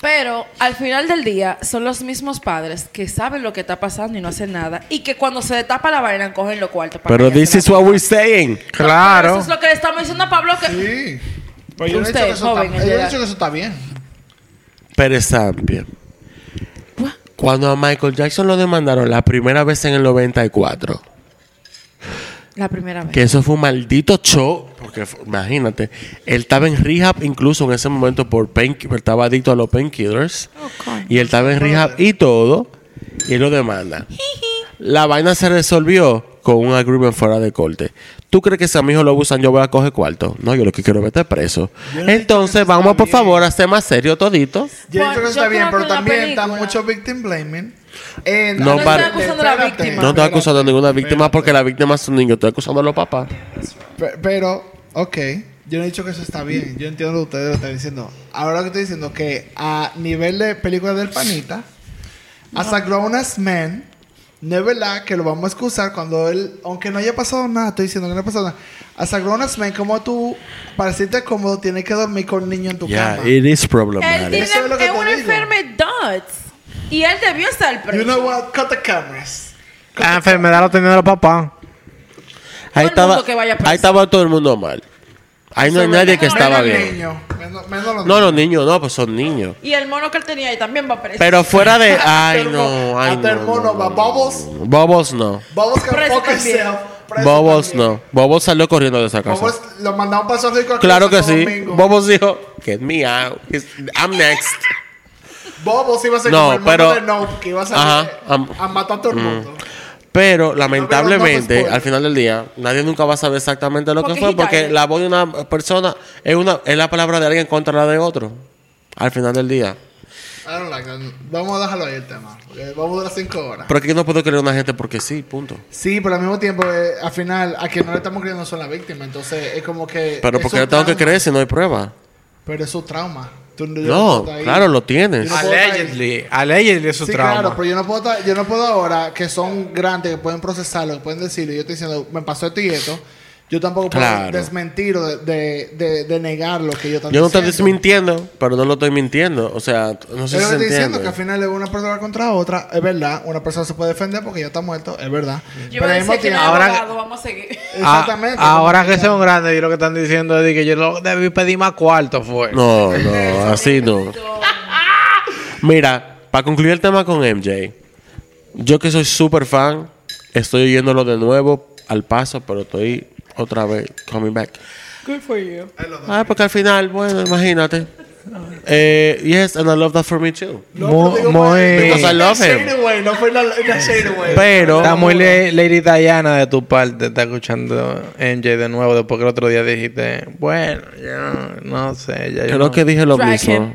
[SPEAKER 3] Pero al final del día son los mismos padres que saben lo que está pasando y no hacen nada y que cuando se destapa la vaina cogen lo cuarto. para
[SPEAKER 4] Pero
[SPEAKER 3] callarse
[SPEAKER 4] this
[SPEAKER 3] la
[SPEAKER 4] is
[SPEAKER 3] boca.
[SPEAKER 4] what we're saying.
[SPEAKER 3] Pero Eso
[SPEAKER 2] Claro.
[SPEAKER 3] es lo que le estamos diciendo a Pablo que
[SPEAKER 5] Sí. Pero yo no he dicho
[SPEAKER 3] Usted,
[SPEAKER 5] que eso
[SPEAKER 3] joven,
[SPEAKER 5] está,
[SPEAKER 3] es
[SPEAKER 5] yo no he
[SPEAKER 3] legal.
[SPEAKER 5] dicho que eso está bien.
[SPEAKER 4] Pérez Sampia. Cuando a Michael Jackson lo demandaron la primera vez en el 94,
[SPEAKER 3] la primera vez.
[SPEAKER 4] que eso fue un maldito show, porque fu- imagínate, él estaba en rehab incluso en ese momento por pain, estaba adicto a los painkillers, y él estaba en rehab y todo, y él lo demanda. La vaina se resolvió con un agreement fuera de corte. ¿Tú crees que si a mi hijo lo abusan yo voy a coger cuarto? No, yo lo que quiero es meter preso. Entonces, vamos por favor a ser más serio todito.
[SPEAKER 5] Yo
[SPEAKER 3] Bueno,
[SPEAKER 5] creo que
[SPEAKER 3] yo
[SPEAKER 5] está bien,
[SPEAKER 3] creo que
[SPEAKER 5] pero
[SPEAKER 3] en la
[SPEAKER 5] también está
[SPEAKER 3] película-
[SPEAKER 5] mucho victim blaming. En-
[SPEAKER 4] No, No para-
[SPEAKER 3] estoy acusando a la
[SPEAKER 5] Espérate,
[SPEAKER 3] víctima.
[SPEAKER 4] No estoy
[SPEAKER 5] espérate,
[SPEAKER 4] acusando a ninguna víctima
[SPEAKER 5] espérate.
[SPEAKER 4] porque la víctima son niños. Estoy acusando a los papás.
[SPEAKER 5] Pe- Pero, ok, yo no he dicho que eso está bien. Yo entiendo lo que ustedes lo están diciendo. Ahora lo que estoy diciendo que a nivel de película del panita, as a grown as man, no es verdad que lo vamos a excusar cuando él, aunque no haya pasado nada, estoy diciendo que no ha pasado nada. As a grown as man, como tú, para sentirte cómodo, tienes que dormir con un niño en tu cama.
[SPEAKER 4] it is
[SPEAKER 3] Él
[SPEAKER 4] problematic.
[SPEAKER 3] tiene,
[SPEAKER 5] Eso es lo que
[SPEAKER 3] es
[SPEAKER 5] te
[SPEAKER 3] una
[SPEAKER 5] digo.
[SPEAKER 3] enfermedad. Y él debió estar preso.
[SPEAKER 5] You know what? Cut the cameras.
[SPEAKER 2] La enfermedad lo tenían los papás.
[SPEAKER 4] Ahí
[SPEAKER 3] el
[SPEAKER 4] estaba,
[SPEAKER 3] mundo que vaya preso.
[SPEAKER 4] ahí estaba todo el mundo mal. Ahí no hay nadie que
[SPEAKER 5] Menos
[SPEAKER 4] estaba
[SPEAKER 5] los
[SPEAKER 4] bien.
[SPEAKER 5] niños, menos- menos los
[SPEAKER 4] No, los niños no, pues son niños.
[SPEAKER 3] Y el mono que él tenía ahí también va preso.
[SPEAKER 4] Pero fuera de. Ay,
[SPEAKER 5] el
[SPEAKER 4] no,
[SPEAKER 5] mono-
[SPEAKER 4] ay,
[SPEAKER 5] hasta
[SPEAKER 4] no.
[SPEAKER 5] el mono,
[SPEAKER 4] no, no,
[SPEAKER 5] Bubbles.
[SPEAKER 4] no. Bubbles no.
[SPEAKER 5] Bubbles can
[SPEAKER 3] Preso
[SPEAKER 5] fuck
[SPEAKER 3] también.
[SPEAKER 5] yourself. Preso
[SPEAKER 4] Bubbles
[SPEAKER 5] también.
[SPEAKER 4] no. Bubbles salió corriendo de esa casa.
[SPEAKER 5] Bubbles lo mandamos para Santo Rico.
[SPEAKER 4] Claro que
[SPEAKER 5] Santo
[SPEAKER 4] sí.
[SPEAKER 5] Domingo.
[SPEAKER 4] Bubbles dijo, get me out. He's- I'm next.
[SPEAKER 5] Bubbles iba a ser
[SPEAKER 4] No,
[SPEAKER 5] como el mono
[SPEAKER 4] pero-
[SPEAKER 5] de Nope, que iba a salir
[SPEAKER 4] Ajá, am- Mm.
[SPEAKER 5] a matar a todo el mundo.
[SPEAKER 4] Pero lamentablemente,
[SPEAKER 5] spoiler.
[SPEAKER 4] al final del día, nadie nunca va a saber exactamente lo
[SPEAKER 3] Porque
[SPEAKER 4] que fue,
[SPEAKER 3] he died.
[SPEAKER 4] porque la voz de una persona es una es la palabra de alguien contra la de otro. Al final del día.
[SPEAKER 5] I don't like that. Vamos a dejarlo ahí el tema. porque Vamos a durar cinco horas.
[SPEAKER 4] Pero aquí no puedo creer a una gente porque sí, punto.
[SPEAKER 5] Sí, pero al mismo tiempo, eh, al final, a quien no le estamos creyendo son la víctima. Entonces, es como que.
[SPEAKER 4] Pero
[SPEAKER 5] es
[SPEAKER 4] porque
[SPEAKER 5] su
[SPEAKER 4] yo tengo que
[SPEAKER 5] trauma.
[SPEAKER 4] creer si no hay prueba.
[SPEAKER 5] Pero es su trauma. Tú- yo puedo
[SPEAKER 4] No,
[SPEAKER 5] estar ahí.
[SPEAKER 4] claro, lo tienes.
[SPEAKER 5] Yo no puedo estar ahí.
[SPEAKER 2] Allegedly. Allegedly es su
[SPEAKER 5] Sí, claro,
[SPEAKER 2] trauma.
[SPEAKER 5] pero yo no, puedo, estar- yo no puedo ahora, que son grandes, que pueden procesarlo, que pueden decirlo. Yo estoy diciendo, me pasó esto y esto. Yo tampoco puedo
[SPEAKER 4] Claro.
[SPEAKER 5] desmentir o de, de, de- de negar lo que yo estoy
[SPEAKER 4] Yo no estoy desmintiendo, pero no lo estoy mintiendo. O sea, no sé
[SPEAKER 5] Es
[SPEAKER 4] si
[SPEAKER 5] lo
[SPEAKER 4] se
[SPEAKER 5] que estoy diciendo,
[SPEAKER 4] entiende.
[SPEAKER 5] que al final es una persona contra otra, es verdad. Una persona se puede defender porque ya está muerto, es verdad.
[SPEAKER 3] yo iba a
[SPEAKER 5] al
[SPEAKER 3] decir que no
[SPEAKER 5] tiempo-
[SPEAKER 3] era
[SPEAKER 2] ahora-
[SPEAKER 3] abogado, vamos a seguir.
[SPEAKER 2] Ah,
[SPEAKER 5] exactamente.
[SPEAKER 2] ahora
[SPEAKER 5] como
[SPEAKER 2] que son grandes, y lo que están diciendo es de que yo lo debí pedir más cuarto, fue.
[SPEAKER 4] No, no, así no. Mira, para concluir el tema con MJ, yo que soy súper fan, estoy oyéndolo de nuevo al paso, pero estoy otra vez coming back.
[SPEAKER 3] Good for you.
[SPEAKER 4] Ah, porque al final, bueno, imagínate. Eh, yes, and I love that for me too.
[SPEAKER 5] No, pero digo,
[SPEAKER 2] Muy-
[SPEAKER 5] pues,
[SPEAKER 4] Because I love
[SPEAKER 5] in a
[SPEAKER 4] him.
[SPEAKER 5] shady way, no fue en la- en a shady way.
[SPEAKER 4] Pero,
[SPEAKER 2] Está muy le- Lady Diana de tu parte, está escuchando MJ de nuevo, después que el otro día dijiste, bueno, yo no- no sé, ya yo
[SPEAKER 4] creo
[SPEAKER 2] no-
[SPEAKER 4] que dije lo
[SPEAKER 3] Drag
[SPEAKER 4] mismo.
[SPEAKER 3] him.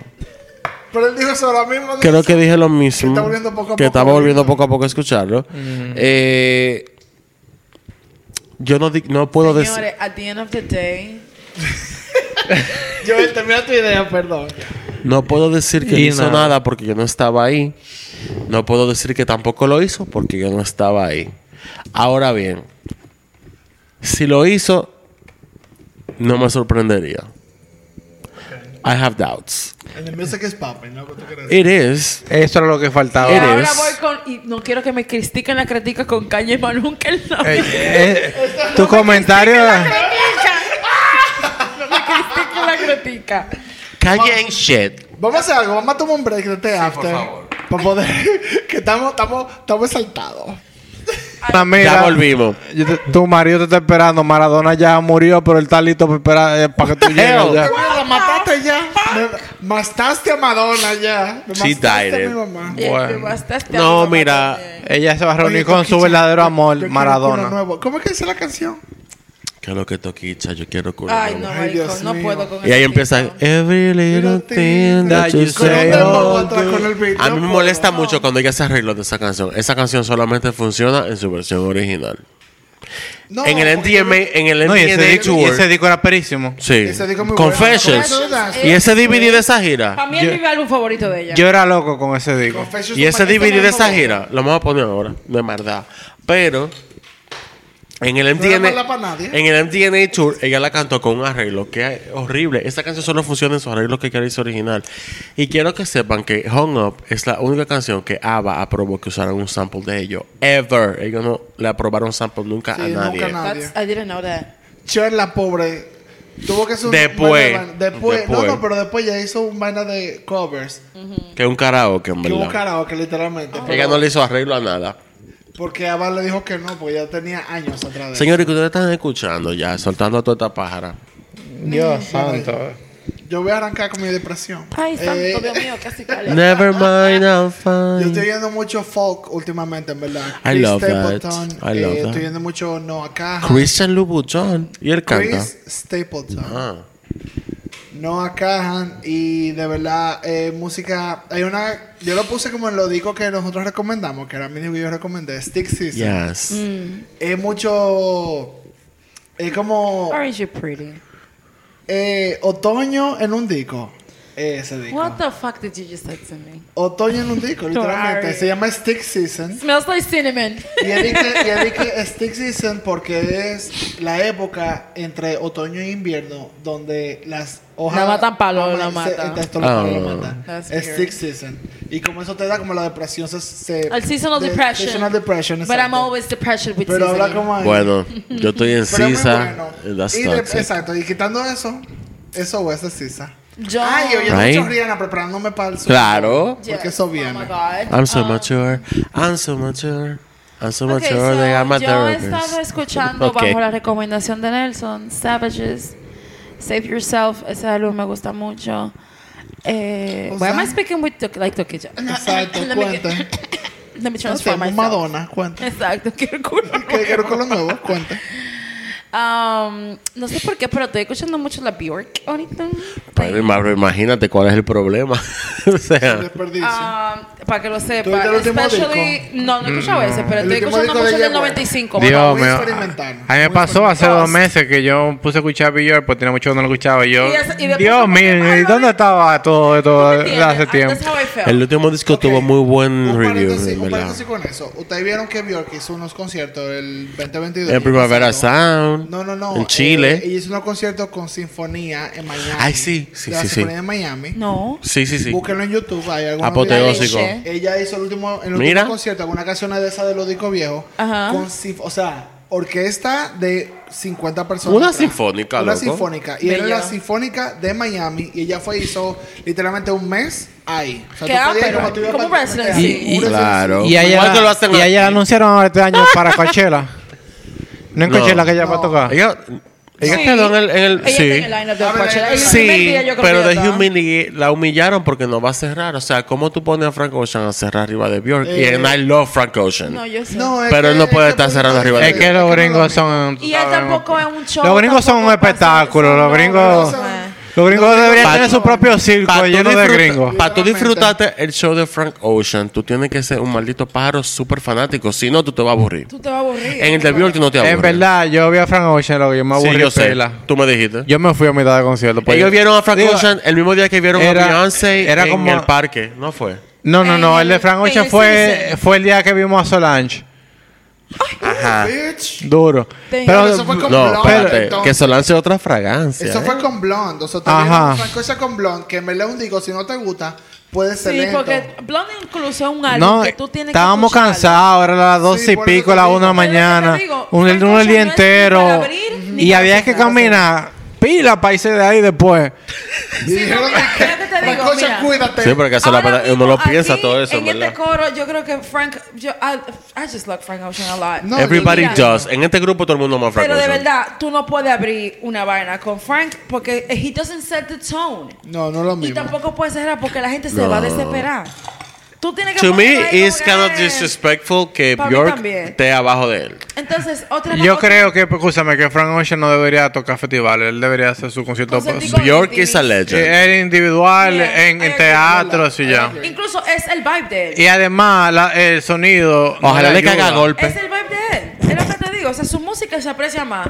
[SPEAKER 5] Pero él dijo eso ahora mismo.
[SPEAKER 4] Creo que dije lo
[SPEAKER 5] Que
[SPEAKER 4] mismo.
[SPEAKER 5] está volviendo poco a
[SPEAKER 4] que
[SPEAKER 5] poco
[SPEAKER 4] estaba
[SPEAKER 5] ahorita.
[SPEAKER 4] volviendo poco a poco a escucharlo.
[SPEAKER 2] Mm.
[SPEAKER 4] Eh, yo no, di- no puedo decir.
[SPEAKER 3] Señores, at the end of the day,
[SPEAKER 5] Yo termina tu idea, perdón.
[SPEAKER 4] No puedo decir que
[SPEAKER 2] Y
[SPEAKER 4] hizo
[SPEAKER 2] nada.
[SPEAKER 4] nada. porque yo no estaba ahí. No puedo decir que tampoco lo hizo porque yo no estaba ahí. Ahora bien, si lo hizo, no me sorprendería. I have doubts.
[SPEAKER 5] And the music is popping, ¿no? ¿Tú quieres decir?
[SPEAKER 4] It is.
[SPEAKER 2] Eso era lo que faltaba.
[SPEAKER 3] Y
[SPEAKER 4] Eres.
[SPEAKER 3] ahora voy con. Y no quiero que me critiquen la crítica con Kanye Manunkel. No.
[SPEAKER 2] Eh, eh, tu comentario.
[SPEAKER 3] No me critiquen la Este, crítica.
[SPEAKER 4] Kanye ain't shit.
[SPEAKER 5] Vamos a hacer algo, vamos a tomar un break de este after.
[SPEAKER 1] favor.
[SPEAKER 5] Para poder. que estamos, estamos, estamos exaltados.
[SPEAKER 2] Ah, mira,
[SPEAKER 4] Ya volvimos.
[SPEAKER 2] yo te- tu marido te está esperando. Maradona ya murió, pero él está listo para esperar, eh, para que tú llegues
[SPEAKER 4] Hell.
[SPEAKER 2] ya.
[SPEAKER 5] La mataste ya. Me, mataste a Madonna ya. Me
[SPEAKER 4] She
[SPEAKER 5] mataste
[SPEAKER 4] died
[SPEAKER 5] a
[SPEAKER 4] it.
[SPEAKER 5] mi mamá.
[SPEAKER 3] Y el que
[SPEAKER 2] Bueno.
[SPEAKER 3] bastaste a este
[SPEAKER 4] No,
[SPEAKER 3] mi mamá
[SPEAKER 4] mira.
[SPEAKER 3] también.
[SPEAKER 2] Ella se va a reunir
[SPEAKER 5] Oye,
[SPEAKER 2] con su
[SPEAKER 5] Toquicha,
[SPEAKER 2] verdadero
[SPEAKER 5] yo-
[SPEAKER 2] amor,
[SPEAKER 5] yo quiero culo
[SPEAKER 2] Maradona.
[SPEAKER 5] nuevo. ¿Cómo es que dice la canción?
[SPEAKER 4] Que lo que toquicha, yo quiero curar.
[SPEAKER 3] Ay, no,
[SPEAKER 5] Ay,
[SPEAKER 3] marico,
[SPEAKER 5] Dios
[SPEAKER 3] no
[SPEAKER 5] mío.
[SPEAKER 3] puedo con
[SPEAKER 4] Y ahí
[SPEAKER 3] ese
[SPEAKER 4] empieza.
[SPEAKER 3] tipo.
[SPEAKER 4] Every little thing that you
[SPEAKER 2] Con un
[SPEAKER 4] say.
[SPEAKER 2] dembow
[SPEAKER 4] oh,
[SPEAKER 5] atrás, con el beat,
[SPEAKER 4] A
[SPEAKER 5] no
[SPEAKER 4] mí me
[SPEAKER 5] puedo.
[SPEAKER 4] molesta mucho cuando ella se arregló de esa canción. Esa canción solamente funciona en su versión original.
[SPEAKER 5] No,
[SPEAKER 4] en el
[SPEAKER 5] porque-
[SPEAKER 4] NTMA, en el
[SPEAKER 2] No, y ese,
[SPEAKER 4] NTMA
[SPEAKER 2] disco, y
[SPEAKER 4] Tour.
[SPEAKER 2] ese disco era perísimo.
[SPEAKER 4] sí.
[SPEAKER 5] ese disco es muy bueno.
[SPEAKER 4] Confessions.
[SPEAKER 5] Confessions
[SPEAKER 4] y ese DVD de esa
[SPEAKER 3] Para
[SPEAKER 4] gira.
[SPEAKER 3] mí es mi álbum favorito de ella.
[SPEAKER 2] Yo era loco con ese disco.
[SPEAKER 5] Confessions
[SPEAKER 4] Y
[SPEAKER 5] of
[SPEAKER 4] ese
[SPEAKER 5] my-
[SPEAKER 4] DVD de esa
[SPEAKER 5] no,
[SPEAKER 4] gira. Lo vamos a poner ahora. De verdad. Pero. En el,
[SPEAKER 5] No era
[SPEAKER 4] MTNA,
[SPEAKER 5] mala pa' nadie.
[SPEAKER 4] en el MTNA Tour, ella la cantó con un arreglo que es horrible. Esa canción solo funciona en su arreglo que ella hizo original. Y quiero que sepan que Hung Up es la única canción que ABBA aprobó que usaran un sample de ellos. Ever. Ellos no le aprobaron sample nunca
[SPEAKER 5] Sí,
[SPEAKER 4] a
[SPEAKER 5] nunca
[SPEAKER 4] nadie.
[SPEAKER 5] nada.
[SPEAKER 3] That's- I didn't know that.
[SPEAKER 5] Cher, la pobre, tuvo que hacer un-
[SPEAKER 4] Después.
[SPEAKER 5] vaina de- después,
[SPEAKER 4] Después.
[SPEAKER 5] No, no, pero después ya hizo un vaina de covers.
[SPEAKER 4] Que un karaoke, en
[SPEAKER 5] Que hubo
[SPEAKER 4] verdad. Ah.
[SPEAKER 5] karaoke, literalmente.
[SPEAKER 4] Ella no le hizo arreglo a nada.
[SPEAKER 5] Porque Ava le dijo que no, porque ya tenía años atrás de
[SPEAKER 4] Señores, que ustedes están escuchando ya, soltando a toda esta pájara.
[SPEAKER 2] Dios santo.
[SPEAKER 5] eso. Yo voy a arrancar con mi depresión.
[SPEAKER 3] Ay,
[SPEAKER 5] Eh,
[SPEAKER 3] santo Dios mío, casi cale.
[SPEAKER 4] Never mind, I'll
[SPEAKER 5] Yo
[SPEAKER 4] find.
[SPEAKER 5] estoy viendo mucho folk últimamente, en verdad. eh,
[SPEAKER 4] I love that. I love that.
[SPEAKER 5] Estoy viendo mucho Noah Caja.
[SPEAKER 4] Christian Louboutin. Y él canta.
[SPEAKER 5] Chris Stapleton.
[SPEAKER 4] Ah.
[SPEAKER 5] Noah Cahan y de verdad eh, música hay una yo lo puse como en lo disco que nosotros recomendamos que era mi disco que yo recomendé Stick Season
[SPEAKER 4] Yes.
[SPEAKER 3] Mm.
[SPEAKER 5] es mucho es como
[SPEAKER 3] Aren't you pretty?
[SPEAKER 5] eh, otoño en un disco ese disco
[SPEAKER 3] What the fuck did you just say to me?
[SPEAKER 5] otoño en un disco literalmente
[SPEAKER 3] Sorry.
[SPEAKER 5] se llama Stick Season
[SPEAKER 3] Smells like cinnamon.
[SPEAKER 5] y él dice, y él dice Stick Season porque es la época entre otoño e invierno donde las hojas.
[SPEAKER 3] La matan palo, la
[SPEAKER 5] se-
[SPEAKER 3] matan.
[SPEAKER 5] el texto lo matan,
[SPEAKER 4] Ah.
[SPEAKER 5] lo matan.
[SPEAKER 3] That's
[SPEAKER 5] Es
[SPEAKER 3] weird.
[SPEAKER 5] Stick Season. Y como eso te da como la depresión, se. se
[SPEAKER 3] Al seasonal
[SPEAKER 5] de-
[SPEAKER 3] depression.
[SPEAKER 5] Seasonal depression,
[SPEAKER 3] But I'm
[SPEAKER 5] exacto.
[SPEAKER 3] always depression with
[SPEAKER 5] Pero habla
[SPEAKER 3] seasoning.
[SPEAKER 5] como. ahí.
[SPEAKER 4] Bueno, yo estoy en
[SPEAKER 5] Pero es muy
[SPEAKER 4] Sisa. eh,
[SPEAKER 5] bueno.
[SPEAKER 4] That's
[SPEAKER 5] Y de-
[SPEAKER 4] toxic.
[SPEAKER 5] exacto, y quitando eso, eso es de Sisa.
[SPEAKER 3] Yo-
[SPEAKER 5] Ay, oye,
[SPEAKER 4] Right.
[SPEAKER 5] mucho Rihanna preparándome para el Super
[SPEAKER 4] Claro.
[SPEAKER 5] Bowl, Porque eso viene.
[SPEAKER 3] Oh my God.
[SPEAKER 4] I'm so
[SPEAKER 3] Um,
[SPEAKER 4] mature. I'm so mature. I'm so
[SPEAKER 3] ok,
[SPEAKER 4] mature.
[SPEAKER 3] so
[SPEAKER 4] they are my
[SPEAKER 3] yo he
[SPEAKER 4] therapist.
[SPEAKER 3] estado escuchando
[SPEAKER 4] Ok.
[SPEAKER 3] bajo la recomendación de Nelson, Savages, Save Yourself, ese álbum me gusta mucho. Eh,
[SPEAKER 5] O
[SPEAKER 3] why am I
[SPEAKER 5] sea-
[SPEAKER 3] speaking with Tok- like Tokija?
[SPEAKER 5] Exacto,
[SPEAKER 3] Let me get-
[SPEAKER 5] cuenta.
[SPEAKER 3] Let me transform
[SPEAKER 5] Hacemos
[SPEAKER 3] myself.
[SPEAKER 5] Madonna, cuenta.
[SPEAKER 3] Exacto, quiero culo.
[SPEAKER 5] ¿Qué quiero con lo nuevo? Cuenta.
[SPEAKER 3] Um, no sé por qué, pero estoy escuchando mucho la Bjork ahorita.
[SPEAKER 4] Pero ima- imagínate cuál es el problema. o sea,
[SPEAKER 5] Desperdicio.
[SPEAKER 3] Ah, para que lo
[SPEAKER 5] ¿Tú viste
[SPEAKER 3] sepa.
[SPEAKER 5] el último
[SPEAKER 3] Especially, no, no he escuchado ese, pero
[SPEAKER 5] El
[SPEAKER 3] estoy
[SPEAKER 5] último
[SPEAKER 3] escuchando
[SPEAKER 5] disco
[SPEAKER 3] mucho
[SPEAKER 5] de
[SPEAKER 3] del
[SPEAKER 5] Jaguar.
[SPEAKER 3] 95.
[SPEAKER 2] Dios
[SPEAKER 5] Muy
[SPEAKER 2] mío.
[SPEAKER 5] experimental.
[SPEAKER 2] A mí me
[SPEAKER 5] Muy
[SPEAKER 2] pasó hace
[SPEAKER 5] experimental.
[SPEAKER 2] dos meses que yo puse a escuchar Billboard porque pues tenía mucho que no lo escuchaba. Y Yo,
[SPEAKER 3] Y ese- y después
[SPEAKER 2] Dios
[SPEAKER 3] como que,
[SPEAKER 2] mío,
[SPEAKER 3] ay,
[SPEAKER 2] ¿y
[SPEAKER 3] no
[SPEAKER 2] dónde
[SPEAKER 3] me-
[SPEAKER 2] estaba todo esto
[SPEAKER 3] Ah,
[SPEAKER 2] hace tiempo?
[SPEAKER 4] el último disco tuvo muy buen
[SPEAKER 5] Un
[SPEAKER 4] review.
[SPEAKER 5] paréntesis,
[SPEAKER 4] en
[SPEAKER 5] un
[SPEAKER 4] verdad.
[SPEAKER 5] paréntesis con eso. Ustedes vieron que Bjork hizo unos conciertos el 2022.
[SPEAKER 4] En Primavera
[SPEAKER 5] Exacto.
[SPEAKER 4] Sound.
[SPEAKER 5] No, no, no.
[SPEAKER 4] En Chile.
[SPEAKER 5] Eh, ella hizo unos conciertos con Sinfonía en Miami.
[SPEAKER 4] Ay, sí, sí,
[SPEAKER 5] De la
[SPEAKER 4] sí, sí.
[SPEAKER 5] Sinfonía de Miami.
[SPEAKER 3] No.
[SPEAKER 4] sí, sí, sí.
[SPEAKER 5] Búsquenlo en YouTube. Hay algunos
[SPEAKER 4] Apoteósico.
[SPEAKER 5] videos. Ella hizo el último, el último
[SPEAKER 4] Mira.
[SPEAKER 5] concierto, alguna canción de esa de los discos viejos.
[SPEAKER 3] Ajá.
[SPEAKER 5] Con, sinf- o sea, orquesta de 50 personas.
[SPEAKER 4] Una
[SPEAKER 5] atrás.
[SPEAKER 4] sinfónica,
[SPEAKER 5] Una
[SPEAKER 4] loco.
[SPEAKER 5] sinfónica. Y era
[SPEAKER 3] Bello.
[SPEAKER 5] la sinfónica de Miami. Y ella fue hizo literalmente un mes ahí. O sea,
[SPEAKER 3] Qué
[SPEAKER 5] tú podías,
[SPEAKER 3] ápera.
[SPEAKER 5] tú ibas
[SPEAKER 3] Como
[SPEAKER 5] para-
[SPEAKER 3] residency.
[SPEAKER 5] Exacto,
[SPEAKER 4] Y-
[SPEAKER 5] un
[SPEAKER 4] y- Claro.
[SPEAKER 2] Y
[SPEAKER 4] Igual
[SPEAKER 2] ella,
[SPEAKER 4] que lo hacen
[SPEAKER 2] y ella la
[SPEAKER 4] aquí.
[SPEAKER 2] anunciaron ahora este año para Coachella. No en
[SPEAKER 4] No.
[SPEAKER 2] Coachella que ella va a
[SPEAKER 5] No.
[SPEAKER 2] tocar.
[SPEAKER 4] Ella, ella
[SPEAKER 3] Sí.
[SPEAKER 4] quedó en el. en el-
[SPEAKER 3] Ella
[SPEAKER 4] sí.
[SPEAKER 3] está en el lineup de
[SPEAKER 5] A ver,
[SPEAKER 3] Coachella. El
[SPEAKER 5] sí,
[SPEAKER 3] primer
[SPEAKER 4] Sí,
[SPEAKER 3] día yo creo
[SPEAKER 4] pero
[SPEAKER 3] que
[SPEAKER 4] de
[SPEAKER 3] ya está.
[SPEAKER 4] humili la humillaron porque no va a cerrar. O sea, ¿cómo tú pones a Frank Ocean a cerrar arriba de Bjork? y
[SPEAKER 5] Eh.
[SPEAKER 4] en I love Frank Ocean.
[SPEAKER 3] No, yo sé.
[SPEAKER 5] No, es
[SPEAKER 4] Pero
[SPEAKER 5] que-
[SPEAKER 4] él no puede
[SPEAKER 5] es que
[SPEAKER 4] estar
[SPEAKER 5] por-
[SPEAKER 4] cerrando arriba de
[SPEAKER 2] Es que
[SPEAKER 5] no
[SPEAKER 2] los
[SPEAKER 5] lo
[SPEAKER 2] gringos
[SPEAKER 5] mismo.
[SPEAKER 2] son.
[SPEAKER 3] Y él tampoco es un show.
[SPEAKER 2] Los gringos son un
[SPEAKER 3] tampoco
[SPEAKER 2] espectáculo.
[SPEAKER 3] pasa-
[SPEAKER 2] Los
[SPEAKER 3] no,
[SPEAKER 2] gringos.
[SPEAKER 3] no sé.
[SPEAKER 2] Los gringos deberían
[SPEAKER 4] Pa-
[SPEAKER 2] tener su propio circo
[SPEAKER 4] Para tú,
[SPEAKER 2] lleno de
[SPEAKER 4] disfruta-
[SPEAKER 2] gringos.
[SPEAKER 4] pa' tú
[SPEAKER 5] Literalmente.
[SPEAKER 4] disfrutarte el show de Frank Ocean, tú tienes que ser un maldito pájaro súper fanático. Si no, tú te vas a aburrir.
[SPEAKER 3] Tú te vas a aburrir.
[SPEAKER 4] En el de Bjork tú no te aburres.
[SPEAKER 2] En verdad, yo vi a Frank Ocean, lo que yo me
[SPEAKER 4] Sí,
[SPEAKER 2] aburrí
[SPEAKER 4] yo sé.
[SPEAKER 2] pela.
[SPEAKER 4] Tú me dijiste.
[SPEAKER 2] Yo me fui a mitad de concierto. pues.
[SPEAKER 4] Ellos vieron a Frank
[SPEAKER 2] Digo,
[SPEAKER 4] Ocean el mismo día que vieron
[SPEAKER 2] era-
[SPEAKER 4] a Beyoncé
[SPEAKER 2] era
[SPEAKER 4] en
[SPEAKER 2] como-
[SPEAKER 4] el parque. ¿No fue?
[SPEAKER 2] No, no, no.
[SPEAKER 3] En
[SPEAKER 2] El de
[SPEAKER 3] el-
[SPEAKER 2] Frank
[SPEAKER 3] en
[SPEAKER 2] Ocean
[SPEAKER 3] el
[SPEAKER 2] fue,
[SPEAKER 3] Citizen.
[SPEAKER 2] fue el día que vimos a Solange.
[SPEAKER 4] Ajá.
[SPEAKER 5] Bitch.
[SPEAKER 2] Duro.
[SPEAKER 3] Tengo-
[SPEAKER 2] Pero,
[SPEAKER 5] Eso fue como-
[SPEAKER 4] No, espérate,
[SPEAKER 5] Pero-
[SPEAKER 4] que se lance otra fragancia.
[SPEAKER 5] Eso
[SPEAKER 4] ¿eh?
[SPEAKER 5] fue con blonde. O sea,
[SPEAKER 2] Ajá.
[SPEAKER 5] también una cosa con blonde que me la un digo, si no te gusta, puede ser
[SPEAKER 3] Sí,
[SPEAKER 5] lento.
[SPEAKER 3] porque Blonde incluso es un álbum
[SPEAKER 2] no,
[SPEAKER 3] que tú tienes
[SPEAKER 2] estábamos
[SPEAKER 3] que escucharlo.
[SPEAKER 2] cansados, era las dos
[SPEAKER 5] Sí,
[SPEAKER 2] y
[SPEAKER 5] por eso
[SPEAKER 2] pico,
[SPEAKER 5] te
[SPEAKER 2] las
[SPEAKER 5] digo.
[SPEAKER 2] una de la
[SPEAKER 5] Pero
[SPEAKER 3] es lo que te
[SPEAKER 2] mañana,
[SPEAKER 3] digo,
[SPEAKER 2] un, el,
[SPEAKER 3] Franco
[SPEAKER 2] un
[SPEAKER 3] Ocean
[SPEAKER 2] día
[SPEAKER 3] no es ni para
[SPEAKER 2] entero.
[SPEAKER 3] abrir, ni
[SPEAKER 2] Y
[SPEAKER 3] para
[SPEAKER 2] había que
[SPEAKER 3] cerrar,
[SPEAKER 2] caminar pila para irse de ahí después.
[SPEAKER 5] Y dijeron
[SPEAKER 3] porque-
[SPEAKER 5] que,
[SPEAKER 3] ya que te digo,
[SPEAKER 5] Francocha,
[SPEAKER 3] mira.
[SPEAKER 5] cuídate.
[SPEAKER 4] Sí, porque eso la
[SPEAKER 3] Ahora
[SPEAKER 4] verdad, uno lo
[SPEAKER 3] mismo
[SPEAKER 4] piensa
[SPEAKER 3] Ah, aquí,
[SPEAKER 4] todo eso,
[SPEAKER 3] En
[SPEAKER 4] ¿verdad?
[SPEAKER 3] este coro, yo creo que Frank. Yo, I, I just love Frank Ocean a lot.
[SPEAKER 5] No,
[SPEAKER 4] Everybody
[SPEAKER 3] Mira,
[SPEAKER 4] does. En este grupo todo el mundo más
[SPEAKER 3] Pero
[SPEAKER 4] fragoso.
[SPEAKER 3] de verdad, tú no puedes abrir una vaina con Frank porque he doesn't set the tone.
[SPEAKER 5] No, no es lo
[SPEAKER 3] Y
[SPEAKER 5] mismo.
[SPEAKER 3] tampoco puedes cerrar porque la gente se
[SPEAKER 4] No.
[SPEAKER 3] va a desesperar. Tú tienes que
[SPEAKER 4] To me,
[SPEAKER 3] ponerlo ahí
[SPEAKER 4] it's
[SPEAKER 3] como
[SPEAKER 4] kind of
[SPEAKER 3] que-
[SPEAKER 4] disrespectful que
[SPEAKER 3] Pa' mí
[SPEAKER 4] Bjork
[SPEAKER 3] también.
[SPEAKER 4] esté abajo de él.
[SPEAKER 3] Entonces, otra
[SPEAKER 2] Yo
[SPEAKER 3] otra-
[SPEAKER 2] creo que, pues, escúchame, que Frank Ocean no debería tocar festivales, él debería hacer su concierto.
[SPEAKER 3] Concierto
[SPEAKER 2] pues,
[SPEAKER 3] Digo,
[SPEAKER 4] Bjork is a
[SPEAKER 2] sí,
[SPEAKER 3] sí,
[SPEAKER 4] legend.
[SPEAKER 2] Era Eh, individual,
[SPEAKER 3] Yeah,
[SPEAKER 2] en,
[SPEAKER 3] I
[SPEAKER 2] en
[SPEAKER 3] agree.
[SPEAKER 2] teatros y ya.
[SPEAKER 3] Incluso es el vibe de él.
[SPEAKER 2] Y además, la- el sonido. no
[SPEAKER 4] Ojalá le
[SPEAKER 2] ayuda.
[SPEAKER 4] caga golpe.
[SPEAKER 3] Es el vibe de él. Es lo que te digo. O sea, su música se aprecia más.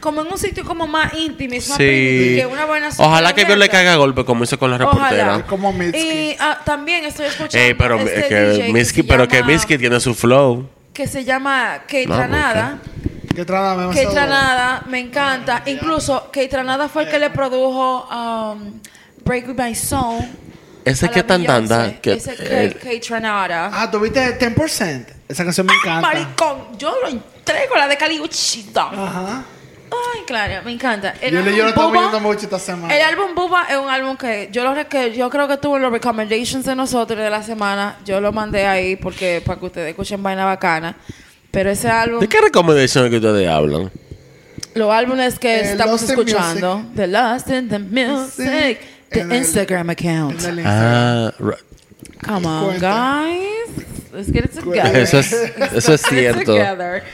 [SPEAKER 3] Como en un sitio como más íntimo. Es más privado
[SPEAKER 4] Sí.
[SPEAKER 3] que una buena
[SPEAKER 4] Ojalá que Dios le
[SPEAKER 3] abierta.
[SPEAKER 4] caiga golpe como hizo con la
[SPEAKER 3] Ojalá.
[SPEAKER 4] reportera.
[SPEAKER 5] Como Mitski.
[SPEAKER 3] Y ah, también estoy escuchando.
[SPEAKER 4] Ey, pero
[SPEAKER 3] este
[SPEAKER 4] eh,
[SPEAKER 3] DJ
[SPEAKER 4] que Miski,
[SPEAKER 3] se
[SPEAKER 4] pero que
[SPEAKER 3] llama-
[SPEAKER 4] Miski tiene su flow.
[SPEAKER 3] Que se llama Kate
[SPEAKER 4] No,
[SPEAKER 3] Tranada.
[SPEAKER 5] Que traba, me
[SPEAKER 3] Kate
[SPEAKER 5] pasó.
[SPEAKER 3] Tranada, me encanta. Incluso Kate Tranada fue el que le produjo um, Break With My Soul.
[SPEAKER 4] Ese
[SPEAKER 3] a la
[SPEAKER 4] que tan
[SPEAKER 3] Beyoncé.
[SPEAKER 4] tanda. Que,
[SPEAKER 3] Ese Kate,
[SPEAKER 4] eh,
[SPEAKER 3] Kate Tranada.
[SPEAKER 5] Ah, ¿tuviste 10%? Esa canción
[SPEAKER 3] Ah,
[SPEAKER 5] me encanta.
[SPEAKER 3] Maricón, yo lo entrego la de Cali Uchida.
[SPEAKER 5] Ajá.
[SPEAKER 3] Ay, claro, me encanta. El
[SPEAKER 5] Ah. Yo le-
[SPEAKER 3] álbum
[SPEAKER 5] yo lo estaba
[SPEAKER 3] Buba-
[SPEAKER 5] viendo mucho esta semana.
[SPEAKER 3] El álbum Buba es un álbum que yo, lo re- que yo creo que tuvo en los recommendations de nosotros de la semana. Yo lo mandé ahí porque para que ustedes escuchen vaina bacana. Pero ese álbum,
[SPEAKER 4] ¿De qué recomendación es que ustedes hablan?
[SPEAKER 3] los álbumes que
[SPEAKER 5] Eh,
[SPEAKER 3] estamos
[SPEAKER 5] Lost in Music.
[SPEAKER 3] escuchando, The Lost in the Music, The
[SPEAKER 5] En el-
[SPEAKER 3] Instagram account.
[SPEAKER 5] En el Instagram.
[SPEAKER 4] Ah, ra-
[SPEAKER 3] Come on,
[SPEAKER 5] Cuenta.
[SPEAKER 3] guys. Let's get it together.
[SPEAKER 4] eso es, eso es cierto.
[SPEAKER 3] Together.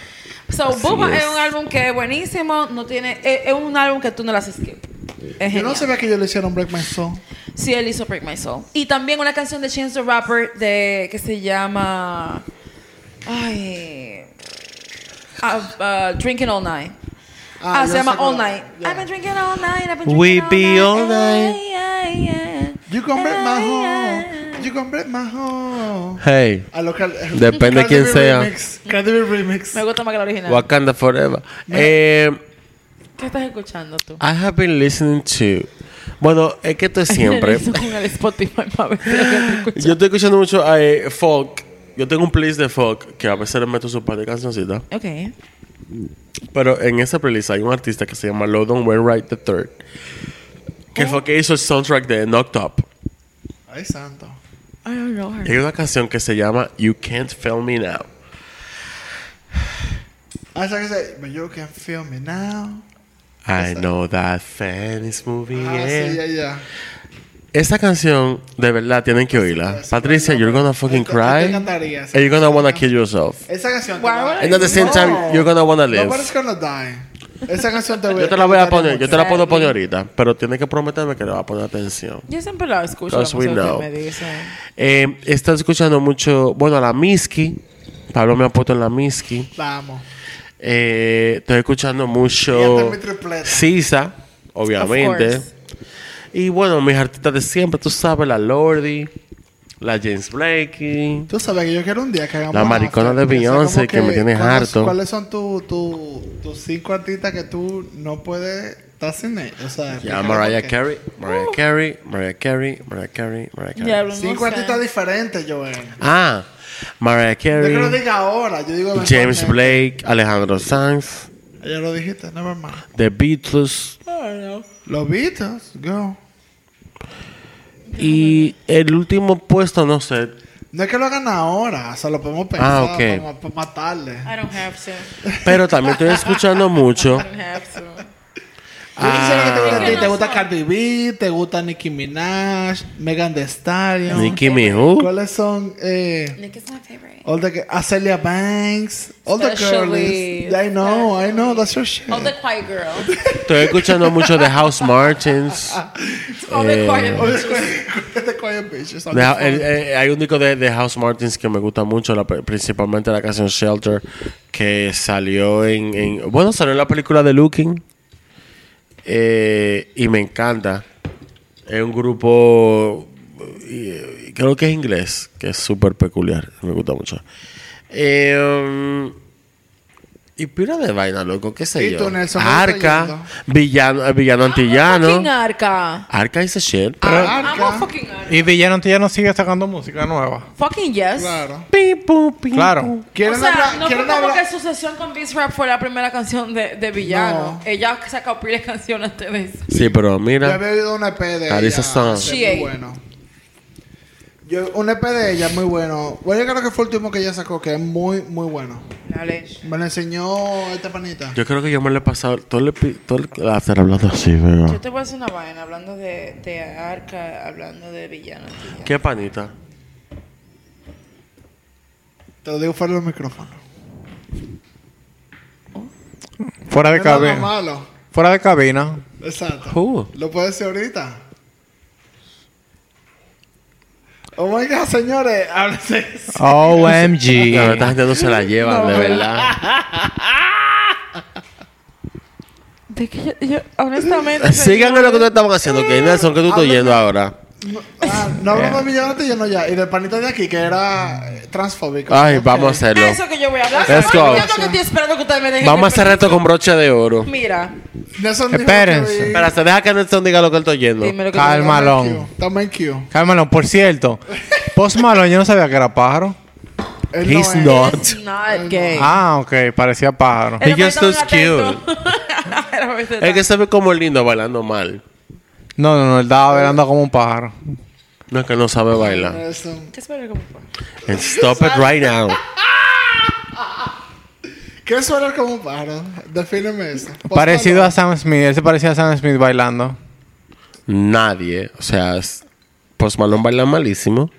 [SPEAKER 3] So,
[SPEAKER 4] Así
[SPEAKER 3] Bubba es.
[SPEAKER 4] es.
[SPEAKER 3] un álbum que es buenísimo, no tiene, es, es un álbum que tú no le haces skip. Es
[SPEAKER 5] Yo no
[SPEAKER 3] genial.
[SPEAKER 5] sabía que yo le hicieron Break My Soul.
[SPEAKER 3] Sí, él hizo Break My Soul. Y también una canción de Chance the Rapper de, que se llama. Ay. ah, ah, drinking All Night. Ah,
[SPEAKER 5] Ah, yo
[SPEAKER 3] se llama
[SPEAKER 5] sé cuál
[SPEAKER 3] All
[SPEAKER 5] es.
[SPEAKER 3] Night.
[SPEAKER 5] Ya.
[SPEAKER 3] I've been drinking all night. I've been drinking
[SPEAKER 4] We be
[SPEAKER 3] all
[SPEAKER 4] all
[SPEAKER 3] night.
[SPEAKER 4] night.
[SPEAKER 3] Ay, ay, ay.
[SPEAKER 5] You can break my
[SPEAKER 3] Ay,
[SPEAKER 5] home.
[SPEAKER 3] ay.
[SPEAKER 5] You can break my home.
[SPEAKER 4] Hey,
[SPEAKER 5] A lo que-
[SPEAKER 4] Depende
[SPEAKER 5] Cardi
[SPEAKER 4] quién
[SPEAKER 5] B
[SPEAKER 4] sea.
[SPEAKER 5] Remix. Cardi B Remix.
[SPEAKER 3] Me gusta más que la original.
[SPEAKER 4] Wakanda Forever. Eh,
[SPEAKER 3] ¿Qué estás escuchando tú?
[SPEAKER 4] I have been listening to. Bueno, es que esto es siempre.
[SPEAKER 3] Necesito con el Spotify para ver si lo que te escucho.
[SPEAKER 4] Yo estoy escuchando mucho a folk. Yo tengo un playlist de folk que a veces le meto su par de cancioncitas.
[SPEAKER 3] Ok.
[SPEAKER 4] Pero en esa playlist hay un artista que se llama Lodon Wainwright III. Que fue que hizo el soundtrack de Knocked Up.
[SPEAKER 5] Ay, santo.
[SPEAKER 3] I don't know her.
[SPEAKER 4] Y hay una canción que se llama You Can't Fail Me Now.
[SPEAKER 5] Ah, esa que se... But you can feel me now.
[SPEAKER 4] I know that fan is moving
[SPEAKER 5] Ah, sí,
[SPEAKER 4] in.
[SPEAKER 5] ya, ya.
[SPEAKER 4] Esa canción, de verdad, tienen que oírla. Patricia, you're gonna fucking
[SPEAKER 5] Te- te
[SPEAKER 4] cry.
[SPEAKER 5] encantaría esa
[SPEAKER 4] And you're gonna
[SPEAKER 5] canción.
[SPEAKER 4] wanna kill yourself.
[SPEAKER 5] Esa canción.
[SPEAKER 3] Why would I-
[SPEAKER 4] And at the
[SPEAKER 5] Oh.
[SPEAKER 4] same time, you're gonna wanna live.
[SPEAKER 5] Nobody's gonna die. Esa canción te voy
[SPEAKER 4] Yo te la voy a poner, yo te la puedo
[SPEAKER 3] Exactly.
[SPEAKER 4] poner ahorita, pero tienes que prometerme que le vas a poner atención.
[SPEAKER 3] Yo siempre la escucho. La
[SPEAKER 4] Because we
[SPEAKER 3] música que
[SPEAKER 4] know.
[SPEAKER 3] me dicen.
[SPEAKER 4] Eh, estás escuchando mucho, bueno, a la Miski. Pablo me ha puesto en la Miski.
[SPEAKER 5] Vamos.
[SPEAKER 4] Eh, estoy escuchando
[SPEAKER 5] Ella es
[SPEAKER 4] mucho
[SPEAKER 5] mi tripleta.
[SPEAKER 4] Sisa,
[SPEAKER 3] Of
[SPEAKER 4] obviamente.
[SPEAKER 3] course.
[SPEAKER 4] Y bueno, mis artistas de siempre, tú sabes, la Lordi, la James Blakey.
[SPEAKER 5] Tú sabes que yo quiero un día que hagamos.
[SPEAKER 4] La
[SPEAKER 5] una
[SPEAKER 4] maricona de
[SPEAKER 5] after, sea como
[SPEAKER 4] Beyoncé que me tiene
[SPEAKER 5] ¿cuáles-
[SPEAKER 4] harto.
[SPEAKER 5] ¿Cuáles son tu- tu- tus cinco artistas que tú no puedes estar sin ellos? O sea,
[SPEAKER 4] Ya,
[SPEAKER 5] explícame
[SPEAKER 4] Mariah
[SPEAKER 5] por qué.
[SPEAKER 4] Carey, Mariah Carey, Mariah Carey, Mariah Carey, Mariah Carey.
[SPEAKER 3] Diablo, no
[SPEAKER 5] Cinco
[SPEAKER 3] sé.
[SPEAKER 5] artistas diferentes, Joel.
[SPEAKER 4] Ah, Mariah
[SPEAKER 5] Yo que lo
[SPEAKER 4] Carey,
[SPEAKER 5] diga ahora. Yo digo.
[SPEAKER 4] James
[SPEAKER 5] eventualmente.
[SPEAKER 4] Blake, Alejandro Sanz,
[SPEAKER 5] Ya lo dijiste, never mind.
[SPEAKER 4] The Beatles.
[SPEAKER 5] Los Beatles, go.
[SPEAKER 4] Y el último puesto, no sé.
[SPEAKER 5] No es que lo hagan ahora, o sea, lo podemos pensar
[SPEAKER 4] Ah, ok.
[SPEAKER 5] para, para matarle.
[SPEAKER 3] I don't have to.
[SPEAKER 4] Pero también estoy escuchando mucho.
[SPEAKER 3] I don't have to.
[SPEAKER 5] Yo quisiera que te guste a ti.
[SPEAKER 3] Ah.
[SPEAKER 5] ¿Te gusta Cardi B? ¿Te gusta Nicki Minaj? Megan Thee Stallion.
[SPEAKER 4] Nicki Minaj.
[SPEAKER 5] ¿Cuáles son? Eh,
[SPEAKER 3] Nick is my favorite.
[SPEAKER 5] All the Acelia Banks, all the
[SPEAKER 3] Especially-
[SPEAKER 5] girlies. I know, I know, that's your
[SPEAKER 4] Oh,
[SPEAKER 5] shit.
[SPEAKER 3] All the quiet girls.
[SPEAKER 4] Estoy escuchando mucho de House Martins.
[SPEAKER 3] All the
[SPEAKER 4] Eh,
[SPEAKER 3] quiet
[SPEAKER 5] All the
[SPEAKER 3] girls.
[SPEAKER 5] quiet- the quiet bitches. on
[SPEAKER 4] De-
[SPEAKER 5] the phone.
[SPEAKER 4] el- eh, hay un disco de, de House Martins que me gusta mucho, la- principalmente la canción Shelter, que salió en, en- Bueno, salió en la película de Looking. eh, y me encanta. Es un grupo. eh, Creo que es inglés, que es súper peculiar. Me gusta mucho. Eh, Y pura de vaina, loco, qué sé
[SPEAKER 5] ¿Y
[SPEAKER 4] yo.
[SPEAKER 5] tú, Nelson, cómo estás yendo?
[SPEAKER 4] Arca, villano, eh, villano
[SPEAKER 3] Fucking
[SPEAKER 4] antillano.
[SPEAKER 3] arca.
[SPEAKER 4] Arca is a shit.
[SPEAKER 5] Ah,
[SPEAKER 3] I'm
[SPEAKER 5] Arca.
[SPEAKER 3] a fucking arca.
[SPEAKER 2] Y Villano Antillano sigue sacando música nueva.
[SPEAKER 3] Fucking yes.
[SPEAKER 5] Claro.
[SPEAKER 4] Pim, pum, pim,
[SPEAKER 2] Claro.
[SPEAKER 4] pum.
[SPEAKER 5] ¿Quieren
[SPEAKER 3] o sea,
[SPEAKER 5] hablar?
[SPEAKER 3] no fue
[SPEAKER 5] ¿quieren
[SPEAKER 3] como
[SPEAKER 5] hablar?
[SPEAKER 3] que su sesión con Beast Rap fue la primera canción de, de Villano.
[SPEAKER 5] No.
[SPEAKER 3] Ella sacó piles canciones antes de eso.
[SPEAKER 4] Sí, pero
[SPEAKER 5] Yo
[SPEAKER 4] mira.
[SPEAKER 5] había oído un EP de ella.
[SPEAKER 4] Carissa Song.
[SPEAKER 5] que es
[SPEAKER 3] She
[SPEAKER 5] muy
[SPEAKER 3] ate.
[SPEAKER 5] bueno. Yo, un EP de ella muy bueno. Bueno, yo creo que fue el último que ella sacó, que es muy, muy bueno.
[SPEAKER 3] Dale.
[SPEAKER 5] Me lo enseñó esta panita.
[SPEAKER 4] Yo creo que yo me lo he pasado todo el, epi- todo el after hablando así, ¿verdad?
[SPEAKER 3] Yo te voy a hacer una vaina hablando de, de Arca, hablando de Villano. Antillano.
[SPEAKER 4] ¿Qué panita?
[SPEAKER 5] Te lo digo fuera del micrófono.
[SPEAKER 2] Fuera de
[SPEAKER 5] No es nada
[SPEAKER 2] cabina.
[SPEAKER 5] malo.
[SPEAKER 2] Fuera de cabina.
[SPEAKER 5] Exacto.
[SPEAKER 4] Who?
[SPEAKER 5] ¿Lo puedo decir ahorita? Oh my god, señores, Ah, háblese.
[SPEAKER 4] Claro,
[SPEAKER 2] OMG.
[SPEAKER 4] esta gente no se la lleva, de verdad.
[SPEAKER 3] De que yo, yo, honestamente.
[SPEAKER 4] Sigan
[SPEAKER 3] yo-
[SPEAKER 4] con lo que tú estaban haciendo, que Nelson, que tú
[SPEAKER 3] Ah,
[SPEAKER 4] estás yendo ahora.
[SPEAKER 5] No, ah, no hablamos de Villanante lleno ya. Y del panita de aquí, que era eh, transfóbico.
[SPEAKER 4] Ay,
[SPEAKER 5] Ok.
[SPEAKER 4] vamos a hacerlo.
[SPEAKER 3] Eso que yo voy a hablar.
[SPEAKER 4] Let's
[SPEAKER 3] Yo
[SPEAKER 4] go.
[SPEAKER 3] es lo que estoy esperando que ustedes me dejen.
[SPEAKER 4] Vamos a
[SPEAKER 3] que-
[SPEAKER 4] hacer esto con broche de oro.
[SPEAKER 3] Mira,
[SPEAKER 5] Nelson dijo
[SPEAKER 2] Espérense.
[SPEAKER 5] que vi-
[SPEAKER 4] Espera, se deja que Nelson diga lo que él está yendo.
[SPEAKER 3] dime lo que
[SPEAKER 5] Dame
[SPEAKER 2] Calma. Malone.
[SPEAKER 5] cue, Dame Q.
[SPEAKER 2] Carl Malone, por cierto. Post Malone, yo no sabía que era pájaro.
[SPEAKER 5] Él
[SPEAKER 4] He's
[SPEAKER 5] es.
[SPEAKER 4] not.
[SPEAKER 3] It's not gay.
[SPEAKER 2] Ah, ok, parecía pájaro.
[SPEAKER 4] He just looks cute. Es que
[SPEAKER 3] que
[SPEAKER 4] se ve como lindo bailando mal.
[SPEAKER 2] No, no, no, él estaba velando como un pájaro.
[SPEAKER 4] No es que no sabe bailar.
[SPEAKER 5] Nelson.
[SPEAKER 3] ¿Qué espera como fue?
[SPEAKER 4] And stop it right now.
[SPEAKER 5] ¿Qué suena como un pájaro? Defíneme eso. Pues, Post
[SPEAKER 2] Parecido a
[SPEAKER 5] Malone.
[SPEAKER 2] Sam Smith. Él se parecía a Sam Smith bailando.
[SPEAKER 4] Nadie. O sea, es- Post Malone baila malísimo.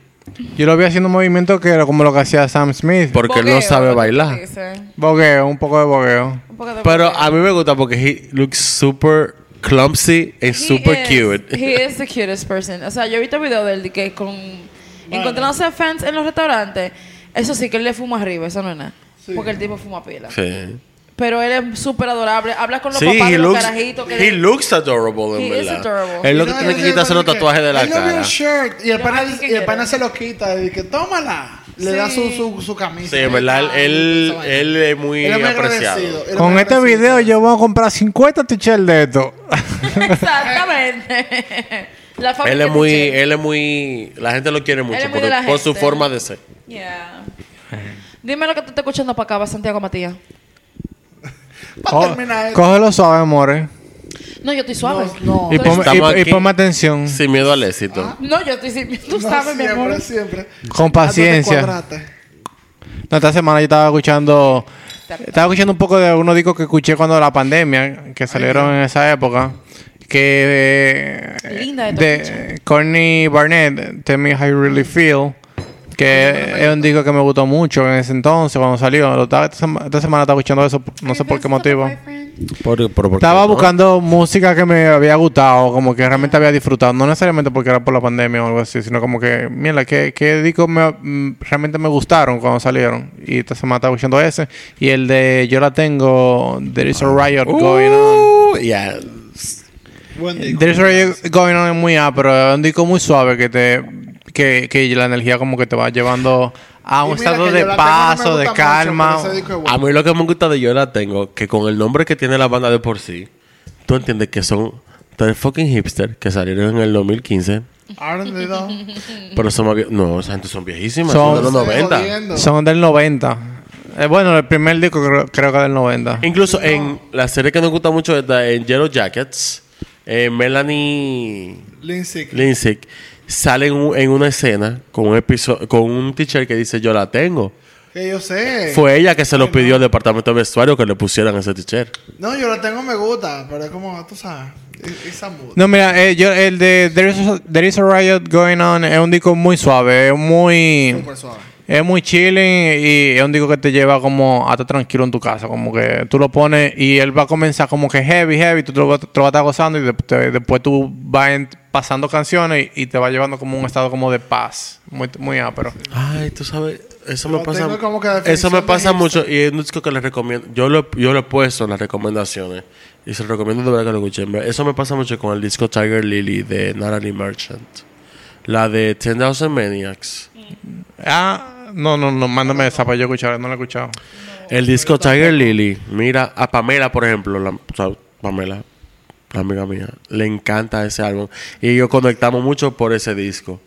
[SPEAKER 2] Yo lo vi haciendo un movimiento que era como lo que hacía Sam Smith.
[SPEAKER 4] Porque él no
[SPEAKER 3] Bogueo,
[SPEAKER 4] sabe
[SPEAKER 3] lo que
[SPEAKER 4] bailar.
[SPEAKER 3] dice.
[SPEAKER 2] Bogueo, un poco de bogueo.
[SPEAKER 3] Un poco de
[SPEAKER 4] Ah. Pero ah,
[SPEAKER 3] bogueo.
[SPEAKER 4] a mí me gusta porque he looks super clumsy and
[SPEAKER 3] He
[SPEAKER 4] super
[SPEAKER 3] is-
[SPEAKER 4] cute.
[SPEAKER 3] He is the cutest person. O sea, yo he visto videos de él que con encontrándose fans en los restaurantes. Eso sí, que él le fuma arriba, eso no es nada. Porque el tipo fuma pila.
[SPEAKER 4] Sí.
[SPEAKER 3] Pero él es súper adorable. Habla con los
[SPEAKER 4] Sí,
[SPEAKER 3] papás
[SPEAKER 4] he
[SPEAKER 3] de los
[SPEAKER 4] looks,
[SPEAKER 3] carajitos. Que
[SPEAKER 4] he looks adorable, en
[SPEAKER 3] He is
[SPEAKER 4] verdad.
[SPEAKER 3] adorable.
[SPEAKER 4] Es lo que
[SPEAKER 5] No,
[SPEAKER 4] tiene que
[SPEAKER 5] yo
[SPEAKER 4] quitarse los
[SPEAKER 5] dije,
[SPEAKER 4] tatuajes de la
[SPEAKER 5] I love your
[SPEAKER 4] cara.
[SPEAKER 5] shirt. Y el
[SPEAKER 3] Yo
[SPEAKER 5] pana,
[SPEAKER 3] así que
[SPEAKER 5] y el pana
[SPEAKER 3] quiero.
[SPEAKER 5] se lo quita. Y dice, tómala. Le
[SPEAKER 3] Sí.
[SPEAKER 5] da su, su, su camisa.
[SPEAKER 4] Sí, en verdad, él,
[SPEAKER 5] Esa
[SPEAKER 4] él es muy
[SPEAKER 5] Él es muy
[SPEAKER 4] apreciado.
[SPEAKER 5] agradecido. Era
[SPEAKER 2] Con
[SPEAKER 5] muy
[SPEAKER 2] este
[SPEAKER 5] gracioso.
[SPEAKER 2] video yo voy a comprar 50 tichel de esto.
[SPEAKER 3] Exactamente. La fábrica
[SPEAKER 4] Él es
[SPEAKER 3] de
[SPEAKER 4] muy,
[SPEAKER 3] Shell.
[SPEAKER 4] él es muy, la gente lo quiere
[SPEAKER 3] Él
[SPEAKER 4] mucho
[SPEAKER 3] es muy
[SPEAKER 4] por,
[SPEAKER 3] de la
[SPEAKER 4] por su
[SPEAKER 3] gente.
[SPEAKER 4] forma de ser.
[SPEAKER 3] Yeah. Dime lo que tú estás escuchando para acá, Santiago Matías.
[SPEAKER 5] Pa'
[SPEAKER 2] Co-
[SPEAKER 5] terminar esto.
[SPEAKER 2] Cógelo suave, amores.
[SPEAKER 3] No, yo estoy suave.
[SPEAKER 5] No, no.
[SPEAKER 2] Y,
[SPEAKER 3] Entonces-
[SPEAKER 2] ponme, y-
[SPEAKER 4] Estamos
[SPEAKER 2] y
[SPEAKER 4] aquí.
[SPEAKER 2] ponme atención.
[SPEAKER 4] Sin miedo al éxito.
[SPEAKER 3] No, yo estoy. sin- Tú
[SPEAKER 5] No,
[SPEAKER 3] sabes, mi
[SPEAKER 5] siempre,
[SPEAKER 3] amor.
[SPEAKER 5] siempre.
[SPEAKER 2] Con paciencia.
[SPEAKER 5] Ah, tú te cuadraste.
[SPEAKER 2] No, esta semana yo estaba escuchando. Estaba escuchando un poco de unos discos que escuché cuando la pandemia, que salieron en esa época. Que. eh,
[SPEAKER 3] Linda de
[SPEAKER 2] de Courtney Barnett, Tell Me How You Really Feel. Que es un disco que me gustó mucho en ese entonces, cuando salió. Lo estaba- esta, sema- esta semana estaba escuchando eso, no sé por qué motivo.
[SPEAKER 4] Por- por- por-
[SPEAKER 2] Estaba
[SPEAKER 4] ¿no?
[SPEAKER 2] buscando música que me había gustado, como que realmente había disfrutado. No necesariamente porque era por la pandemia o algo así, sino como que, mira, ¿qué, qué discos me- mm, realmente me gustaron cuando salieron? Y esta semana estaba escuchando ese. Y el de Yo la tengo, There is a
[SPEAKER 5] Ah.
[SPEAKER 2] riot going on.
[SPEAKER 4] Uh, yeah.
[SPEAKER 5] Buen día.
[SPEAKER 2] There is a riot going on es muy A, pero es un disco muy suave que te... Que, que la energía como que te va llevando a
[SPEAKER 5] Y
[SPEAKER 2] un
[SPEAKER 5] mira
[SPEAKER 2] estado
[SPEAKER 5] que
[SPEAKER 2] de
[SPEAKER 5] yo la tengo, no
[SPEAKER 2] paso,
[SPEAKER 5] me
[SPEAKER 2] de
[SPEAKER 5] gusta mucho,
[SPEAKER 2] calma.
[SPEAKER 5] pero ese disco es bueno.
[SPEAKER 4] A mí lo que me gusta de Yo la tengo, que con el nombre que tiene la banda de por sí, tú entiendes que son tres fucking hipsters que salieron en el 2015,
[SPEAKER 2] Ah.
[SPEAKER 5] Ahora entendido.
[SPEAKER 4] pero son más vie- No, esa gente son viejísimas,
[SPEAKER 2] Son-
[SPEAKER 4] son, de los
[SPEAKER 5] Estoy
[SPEAKER 4] 90.
[SPEAKER 5] jodiendo.
[SPEAKER 2] Son del 90. Eh, bueno, el primer disco creo, creo que es del 90.
[SPEAKER 4] Incluso en la serie que nos gusta mucho, esta, en Yellow Jackets, eh, Melanie...
[SPEAKER 5] Lindsay.
[SPEAKER 4] Lindsay sale en, un- en una escena con un episodio con un teacher que dice yo la tengo.
[SPEAKER 5] Que yo sé.
[SPEAKER 4] Fue ella que se lo pidió al departamento de vestuario que le pusieran ese teacher.
[SPEAKER 5] No, yo la tengo, me gusta. Pero es como, tú sabes. e- Esa muda.
[SPEAKER 2] No, mira, eh, yo, el de There is, a, There is a Riot Going On es un disco muy suave, es muy,
[SPEAKER 5] Súper suave.
[SPEAKER 2] es muy chilling y es un disco que te lleva como a estar tranquilo en tu casa, como que tú lo pones y él va a comenzar como que heavy, heavy, tú te lo, vas- te lo vas a estar gozando y de- te- después tú vas en- pasando canciones y, y te va llevando como un estado como de paz, muy, muy ápero.
[SPEAKER 4] Ay, tú sabes, eso me
[SPEAKER 5] Yo
[SPEAKER 4] pasa.
[SPEAKER 5] tengo como que
[SPEAKER 4] Eso
[SPEAKER 5] definición
[SPEAKER 4] me
[SPEAKER 5] de
[SPEAKER 4] pasa
[SPEAKER 5] hipster.
[SPEAKER 4] mucho y es un disco que les recomiendo. Yo lo, yo lo he puesto en las recomendaciones y se lo recomiendo de verdad que lo escuchen. Eso me pasa mucho con el disco Tiger Lily de Natalie Merchant. La de 10,000 Maniacs.
[SPEAKER 2] Ah, no, no, no, mándame esa para yo escuchar, no la he escuchado.
[SPEAKER 4] El disco Tiger Lily, mira, a Pamela, por ejemplo, la, o sea, Pamela, la amiga mía, le encanta ese álbum. Y yo conectamos mucho por ese disco.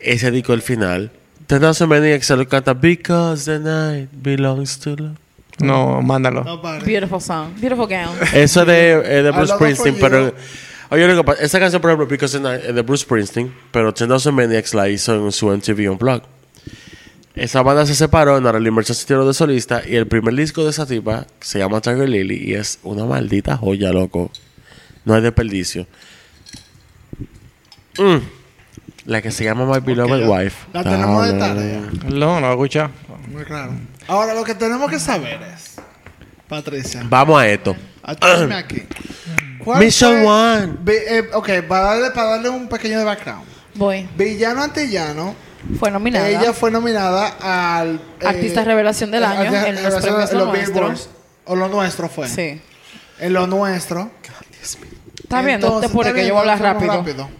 [SPEAKER 4] Ese disco, el final. Te das un que se lo canta Because the Night Belongs to Love.
[SPEAKER 2] No, mándalo.
[SPEAKER 5] No pare.
[SPEAKER 3] Beautiful song. Beautiful gown.
[SPEAKER 4] Eso es de, eh, de Bruce
[SPEAKER 5] Hablando
[SPEAKER 4] Springsteen,
[SPEAKER 5] por
[SPEAKER 4] pero.
[SPEAKER 5] yo.
[SPEAKER 4] Oye, lo que pasa- esa canción, por ejemplo, Because the Night, es de Bruce Springsteen, pero 10,000 Maniacs la hizo en su MTV Unplugged. Esa banda se separó, Natalie Merchant se tiró de solista, y el primer disco de esa tipa se llama Tiger Lily, y es una maldita joya, loco. No hay desperdicio. Mm. La que se llama My Beloved
[SPEAKER 5] la-
[SPEAKER 4] Wife.
[SPEAKER 5] la tenemos
[SPEAKER 2] Ah,
[SPEAKER 5] de
[SPEAKER 4] Dale.
[SPEAKER 5] tarea.
[SPEAKER 2] No, no lo escucha.
[SPEAKER 5] Muy claro. Ahora lo que tenemos que saber es, Patricia,
[SPEAKER 4] Vamos a esto.
[SPEAKER 5] atúrame aquí. ¿Cuál
[SPEAKER 4] Mission
[SPEAKER 5] fue-
[SPEAKER 4] One.
[SPEAKER 5] vi- eh, ok, para darle, para darle un pequeño de background.
[SPEAKER 3] Voy.
[SPEAKER 5] Villano Antillano,
[SPEAKER 3] Fue nominada.
[SPEAKER 5] ella fue nominada al...
[SPEAKER 3] Artista revelación del año
[SPEAKER 5] artista
[SPEAKER 3] en los
[SPEAKER 5] revelación
[SPEAKER 3] premios
[SPEAKER 5] en
[SPEAKER 3] Lo Nuestro.
[SPEAKER 5] Billboards. O lo nuestro fue.
[SPEAKER 3] Sí.
[SPEAKER 5] En lo nuestro.
[SPEAKER 3] Está bien, no te
[SPEAKER 5] Entonces,
[SPEAKER 3] apures
[SPEAKER 5] está
[SPEAKER 3] que yo
[SPEAKER 5] bien,
[SPEAKER 3] voy a hablar
[SPEAKER 5] nosotros
[SPEAKER 3] rápido.
[SPEAKER 5] vamos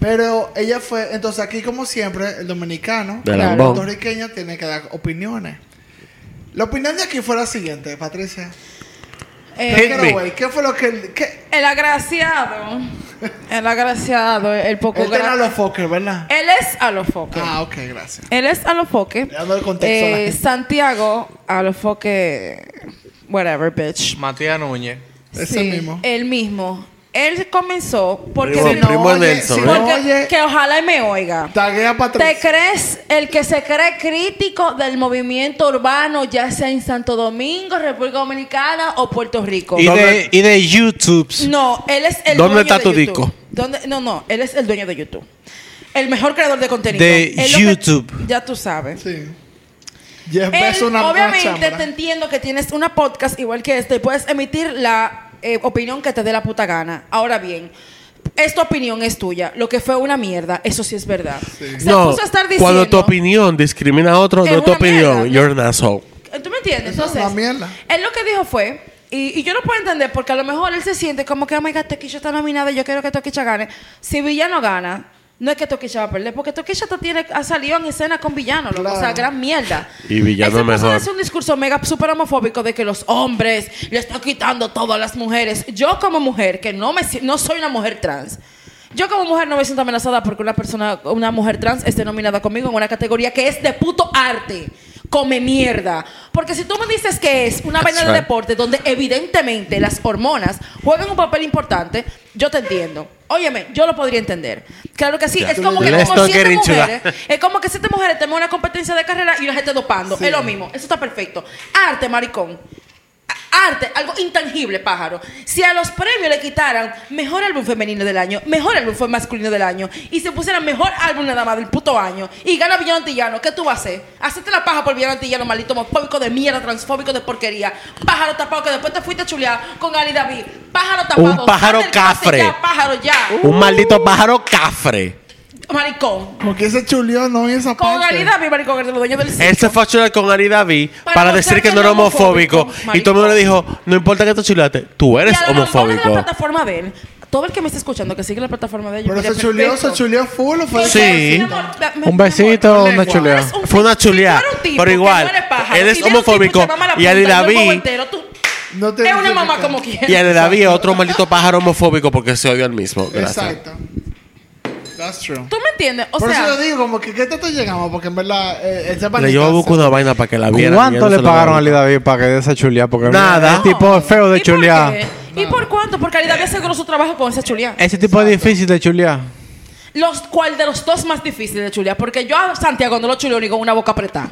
[SPEAKER 5] Pero ella fue, entonces aquí como siempre, el dominicano,
[SPEAKER 4] De
[SPEAKER 3] Claro.
[SPEAKER 5] el
[SPEAKER 4] Lambón.
[SPEAKER 5] puertorriqueño tiene que dar opiniones. La opinión de aquí fue la siguiente, Patricia.
[SPEAKER 3] Eh,
[SPEAKER 4] Hit me.
[SPEAKER 5] Callaway, ¿Qué fue lo que... que
[SPEAKER 3] el agraciado. El agraciado, el poco
[SPEAKER 5] él
[SPEAKER 4] Este
[SPEAKER 5] tenía
[SPEAKER 3] gra- Eh,
[SPEAKER 5] los Fokker, ¿verdad?
[SPEAKER 3] Él es a los focos.
[SPEAKER 5] Este Ah, ok, gracias.
[SPEAKER 3] Él es Alofoque.
[SPEAKER 5] Le dando el contexto a la
[SPEAKER 3] Eh,
[SPEAKER 5] gente.
[SPEAKER 3] Santiago Alofoque. Whatever, bitch.
[SPEAKER 2] Matías Núñez.
[SPEAKER 5] Ese mismo.
[SPEAKER 3] El mismo. Él comenzó porque
[SPEAKER 4] Primo,
[SPEAKER 3] si no-
[SPEAKER 4] primo
[SPEAKER 5] oye,
[SPEAKER 4] Nelson,
[SPEAKER 5] si
[SPEAKER 4] ¿eh?
[SPEAKER 5] no
[SPEAKER 3] porque-
[SPEAKER 5] oye,
[SPEAKER 3] que ojalá y me oiga.
[SPEAKER 5] taguea a
[SPEAKER 3] ¿Te
[SPEAKER 5] Patricia.
[SPEAKER 3] crees el que se cree crítico del movimiento urbano, ya sea en Santo Domingo, República Dominicana o Puerto Rico?
[SPEAKER 2] Y de,
[SPEAKER 4] ¿Dónde-
[SPEAKER 2] y de YouTube.
[SPEAKER 3] No, él es el
[SPEAKER 4] ¿Dónde
[SPEAKER 3] dueño
[SPEAKER 4] está
[SPEAKER 3] de
[SPEAKER 4] tu
[SPEAKER 3] YouTube.
[SPEAKER 4] disco?
[SPEAKER 3] ¿Dónde? No, no, él es el dueño de YouTube. El mejor creador de contenido.
[SPEAKER 2] De
[SPEAKER 3] Él lo que-
[SPEAKER 2] YouTube.
[SPEAKER 3] ya tú sabes.
[SPEAKER 5] Sí. Ya
[SPEAKER 3] Él,
[SPEAKER 5] empezó una una
[SPEAKER 3] obviamente
[SPEAKER 5] chambra.
[SPEAKER 3] te entiendo que tienes una podcast igual que este y puedes emitir la eh, opinión que te dé la puta gana. Ahora bien, esta opinión es tuya. Lo que fue una mierda, eso sí es verdad. Se puso a estar diciendo.
[SPEAKER 4] cuando tu opinión discrimina a otro,
[SPEAKER 3] Es
[SPEAKER 4] no es tu
[SPEAKER 3] una mierda,
[SPEAKER 4] opinión,
[SPEAKER 3] ¿no?
[SPEAKER 4] you're an asshole.
[SPEAKER 3] ¿Tú me entiendes?
[SPEAKER 5] Eso es
[SPEAKER 3] Entonces,
[SPEAKER 5] una mierda.
[SPEAKER 3] él lo que dijo fue, y, y yo lo puedo entender porque a lo mejor él se siente como que, oh my god, Toquicha está nominada y yo quiero que Toquicha gane. Si Villano gana, no es que Toquicha va a perder, porque Toquicha te tiene, ha salido en escena con Villano, loco, o sea,
[SPEAKER 5] Claro.
[SPEAKER 3] gran mierda.
[SPEAKER 4] Y Villano
[SPEAKER 3] Esa persona
[SPEAKER 4] mejor.
[SPEAKER 3] hace un discurso mega super homofóbico de que los hombres le están quitando todo a las mujeres. Yo como mujer, que no, me, si- no soy una mujer trans, yo como mujer no me siento amenazada porque una persona, una mujer trans esté nominada conmigo en una categoría que es de puto arte. Come mierda. Porque si tú me dices que es una
[SPEAKER 4] That's
[SPEAKER 3] vaina de
[SPEAKER 4] right.
[SPEAKER 3] deporte donde evidentemente las hormonas juegan un papel importante, yo te entiendo. Óyeme, yo lo podría entender. Claro que sí,
[SPEAKER 4] Ya.
[SPEAKER 3] es como que
[SPEAKER 4] Let's
[SPEAKER 3] como
[SPEAKER 4] not
[SPEAKER 3] siete
[SPEAKER 4] get into that.
[SPEAKER 3] mujeres, es como que siete mujeres tenemos una competencia de carrera y una gente dopando.
[SPEAKER 5] Sí.
[SPEAKER 3] Es lo mismo. Eso está perfecto. Arte, maricón. A- Arte, algo intangible, pájaro. Si a los premios le quitaran mejor álbum femenino del año, mejor álbum fue masculino del año, y se pusieran mejor álbum nada más del puto año, y gana Villano Antillano, ¿qué tú vas a hacer? Hacerte la paja por Villano Antillano, maldito homofóbico de mierda, transfóbico de porquería. Pájaro tapado que después te fuiste a chulear con Ali David. Pájaro tapado. sal
[SPEAKER 4] pájaro
[SPEAKER 3] del closet
[SPEAKER 4] cafre.
[SPEAKER 3] ya, pájaro ya.
[SPEAKER 4] Un maldito pájaro cafre. Uh.
[SPEAKER 3] Maricón.
[SPEAKER 5] Porque ese chulió no en esa
[SPEAKER 3] Con
[SPEAKER 5] parte.
[SPEAKER 3] realidad, mi maricón, que te lo dueño del
[SPEAKER 4] Él se fue a chular con Ari David
[SPEAKER 3] Para
[SPEAKER 4] para,
[SPEAKER 3] mostrar
[SPEAKER 4] decir que no era homofóbico.
[SPEAKER 3] homofóbico,
[SPEAKER 4] Y todo el mundo le dijo, no importa que tú chulaste, tú eres
[SPEAKER 3] Y a lo mejor en la
[SPEAKER 4] homofóbico.
[SPEAKER 3] plataforma de él, todo el que me está escuchando que sigue la plataforma de él, yo
[SPEAKER 5] Pero
[SPEAKER 3] diría,
[SPEAKER 5] se chulió,
[SPEAKER 3] perfecto.
[SPEAKER 5] se chulió full. o Fue
[SPEAKER 3] Que
[SPEAKER 4] Sí.
[SPEAKER 3] yo, mi amor, da- mi-
[SPEAKER 2] Un
[SPEAKER 3] mi
[SPEAKER 2] besito,
[SPEAKER 3] amor,
[SPEAKER 2] una
[SPEAKER 3] tú
[SPEAKER 2] chuleada.
[SPEAKER 3] eres un-
[SPEAKER 4] Fue una
[SPEAKER 3] si tú
[SPEAKER 4] chuleada,
[SPEAKER 3] eres un tipo
[SPEAKER 4] pero
[SPEAKER 3] que
[SPEAKER 4] igual,
[SPEAKER 3] no eres pájaro,
[SPEAKER 4] él es
[SPEAKER 3] si tú eres un tipo
[SPEAKER 4] homofóbico,
[SPEAKER 3] que te mama la
[SPEAKER 4] y
[SPEAKER 3] punta,
[SPEAKER 4] Ali
[SPEAKER 3] tú eres
[SPEAKER 4] David-
[SPEAKER 3] entero, tú-
[SPEAKER 5] No te
[SPEAKER 3] Es una mamá
[SPEAKER 5] identifica.
[SPEAKER 3] como quiera.
[SPEAKER 4] Y Ari David es otro maldito pájaro homofóbico porque se odia al mismo. Gracias.
[SPEAKER 5] Exacto. That's true.
[SPEAKER 3] ¿Tú me entiendes? O
[SPEAKER 5] Por
[SPEAKER 3] sea,
[SPEAKER 5] eso yo digo, como que qué tanto llegamos, porque en verdad, eh, ese
[SPEAKER 4] Le llevo a buscar una vaina para que la viera.
[SPEAKER 2] ¿Cuánto le pagaron a Ali David para que dé esa chuleada? Porque
[SPEAKER 4] Nada.
[SPEAKER 2] Ese tipo es feo
[SPEAKER 3] ¿y
[SPEAKER 2] de
[SPEAKER 3] por
[SPEAKER 2] chulear.
[SPEAKER 3] qué? ¿Y por cuánto? Porque Ali David aseguró su trabajo con esa chuleada.
[SPEAKER 2] Ese tipo es difícil de chulear.
[SPEAKER 3] Los, ¿Cuál de los dos más difíciles de chulear? Porque yo a Santiago no lo chuleo ni con una boca apretada.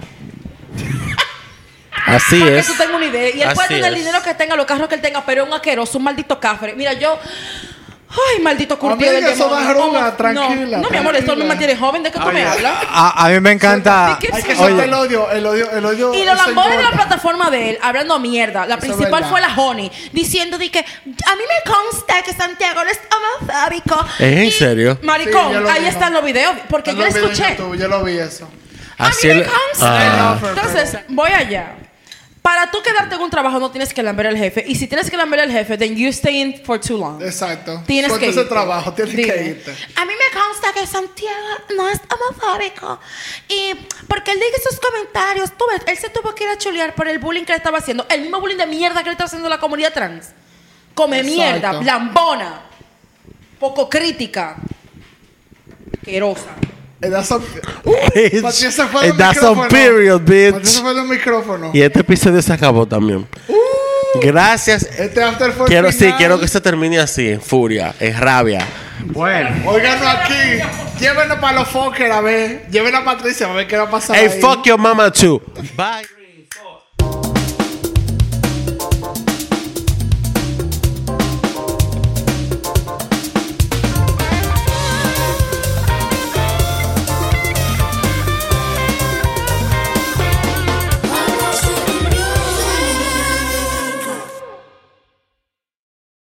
[SPEAKER 4] Así
[SPEAKER 3] Para
[SPEAKER 4] es.
[SPEAKER 3] que tú tengas una idea. Y él puede
[SPEAKER 4] Así
[SPEAKER 3] tener el
[SPEAKER 4] es.
[SPEAKER 3] dinero que tenga, los carros que él tenga, pero es un asqueroso, un maldito cafre. Mira, yo. Ay, maldito curtido
[SPEAKER 5] Amiga,
[SPEAKER 3] del
[SPEAKER 5] eso
[SPEAKER 3] demonio.
[SPEAKER 5] da arruga,
[SPEAKER 3] Oh,
[SPEAKER 5] tranquila,
[SPEAKER 3] No, no mi amor, esto me
[SPEAKER 5] tranquila.
[SPEAKER 3] mantiene joven. ¿De qué tú me hablas?
[SPEAKER 2] A, a mí me encanta.
[SPEAKER 3] ¿Qué
[SPEAKER 5] Hay que
[SPEAKER 3] Oye.
[SPEAKER 5] soltar el odio, el odio, el odio.
[SPEAKER 3] Y los
[SPEAKER 5] eso
[SPEAKER 3] lambones de la
[SPEAKER 5] engorda.
[SPEAKER 3] plataforma de él, hablando mierda. La
[SPEAKER 5] Eso es
[SPEAKER 3] principal
[SPEAKER 5] verdad.
[SPEAKER 3] fue la Honey, diciendo de que a mí me consta que Santiago no es homofóbico.
[SPEAKER 4] ¿Es en
[SPEAKER 3] Y,
[SPEAKER 4] serio?
[SPEAKER 5] Sí,
[SPEAKER 3] Maricón,
[SPEAKER 5] yo lo
[SPEAKER 3] ahí
[SPEAKER 5] vi, ¿no?
[SPEAKER 3] están los videos, porque
[SPEAKER 5] Yo
[SPEAKER 3] yo
[SPEAKER 5] lo vi en
[SPEAKER 3] escuché.
[SPEAKER 5] YouTube, Yo lo vi eso.
[SPEAKER 3] A mí
[SPEAKER 4] Así
[SPEAKER 3] me
[SPEAKER 4] él-
[SPEAKER 3] consta.
[SPEAKER 4] Ah.
[SPEAKER 5] Pero-
[SPEAKER 3] Entonces, voy allá. Para tú quedarte en un trabajo no tienes que lamber al jefe. Y si tienes que lamber al jefe, then you stay in for too long.
[SPEAKER 5] Exacto.
[SPEAKER 3] Tienes
[SPEAKER 5] Suelta
[SPEAKER 3] que
[SPEAKER 5] ese
[SPEAKER 3] irte.
[SPEAKER 5] trabajo, tienes
[SPEAKER 3] Dime.
[SPEAKER 5] que irte.
[SPEAKER 1] A mí me consta que Santiago no es homofóbico. Y porque él dice sus comentarios, tú ves, él se tuvo que ir a chulear por el bullying que le estaba haciendo. El mismo bullying de mierda que le está haciendo la comunidad trans.
[SPEAKER 3] Come
[SPEAKER 5] Exacto.
[SPEAKER 3] mierda, lambona, poco crítica, asquerosa.
[SPEAKER 5] It has some-
[SPEAKER 2] uh.
[SPEAKER 4] Bitch,
[SPEAKER 5] Matías se fue de
[SPEAKER 4] and that's
[SPEAKER 5] micrófono.
[SPEAKER 4] on period, bitch.
[SPEAKER 5] Matías se fue del micrófono.
[SPEAKER 4] Y este episodio se acabó también. Gracias.
[SPEAKER 5] Este after fue el
[SPEAKER 4] Quiero, sí,
[SPEAKER 5] final.
[SPEAKER 4] quiero que se termine así, en furia, en rabia.
[SPEAKER 2] Bueno.
[SPEAKER 5] Óiganos aquí. Llévenos para los Fokker a ver. Llévenos a Patricia a ver qué va a pasar.
[SPEAKER 4] Hey,
[SPEAKER 5] ahí.
[SPEAKER 4] fuck your mama too. Bye.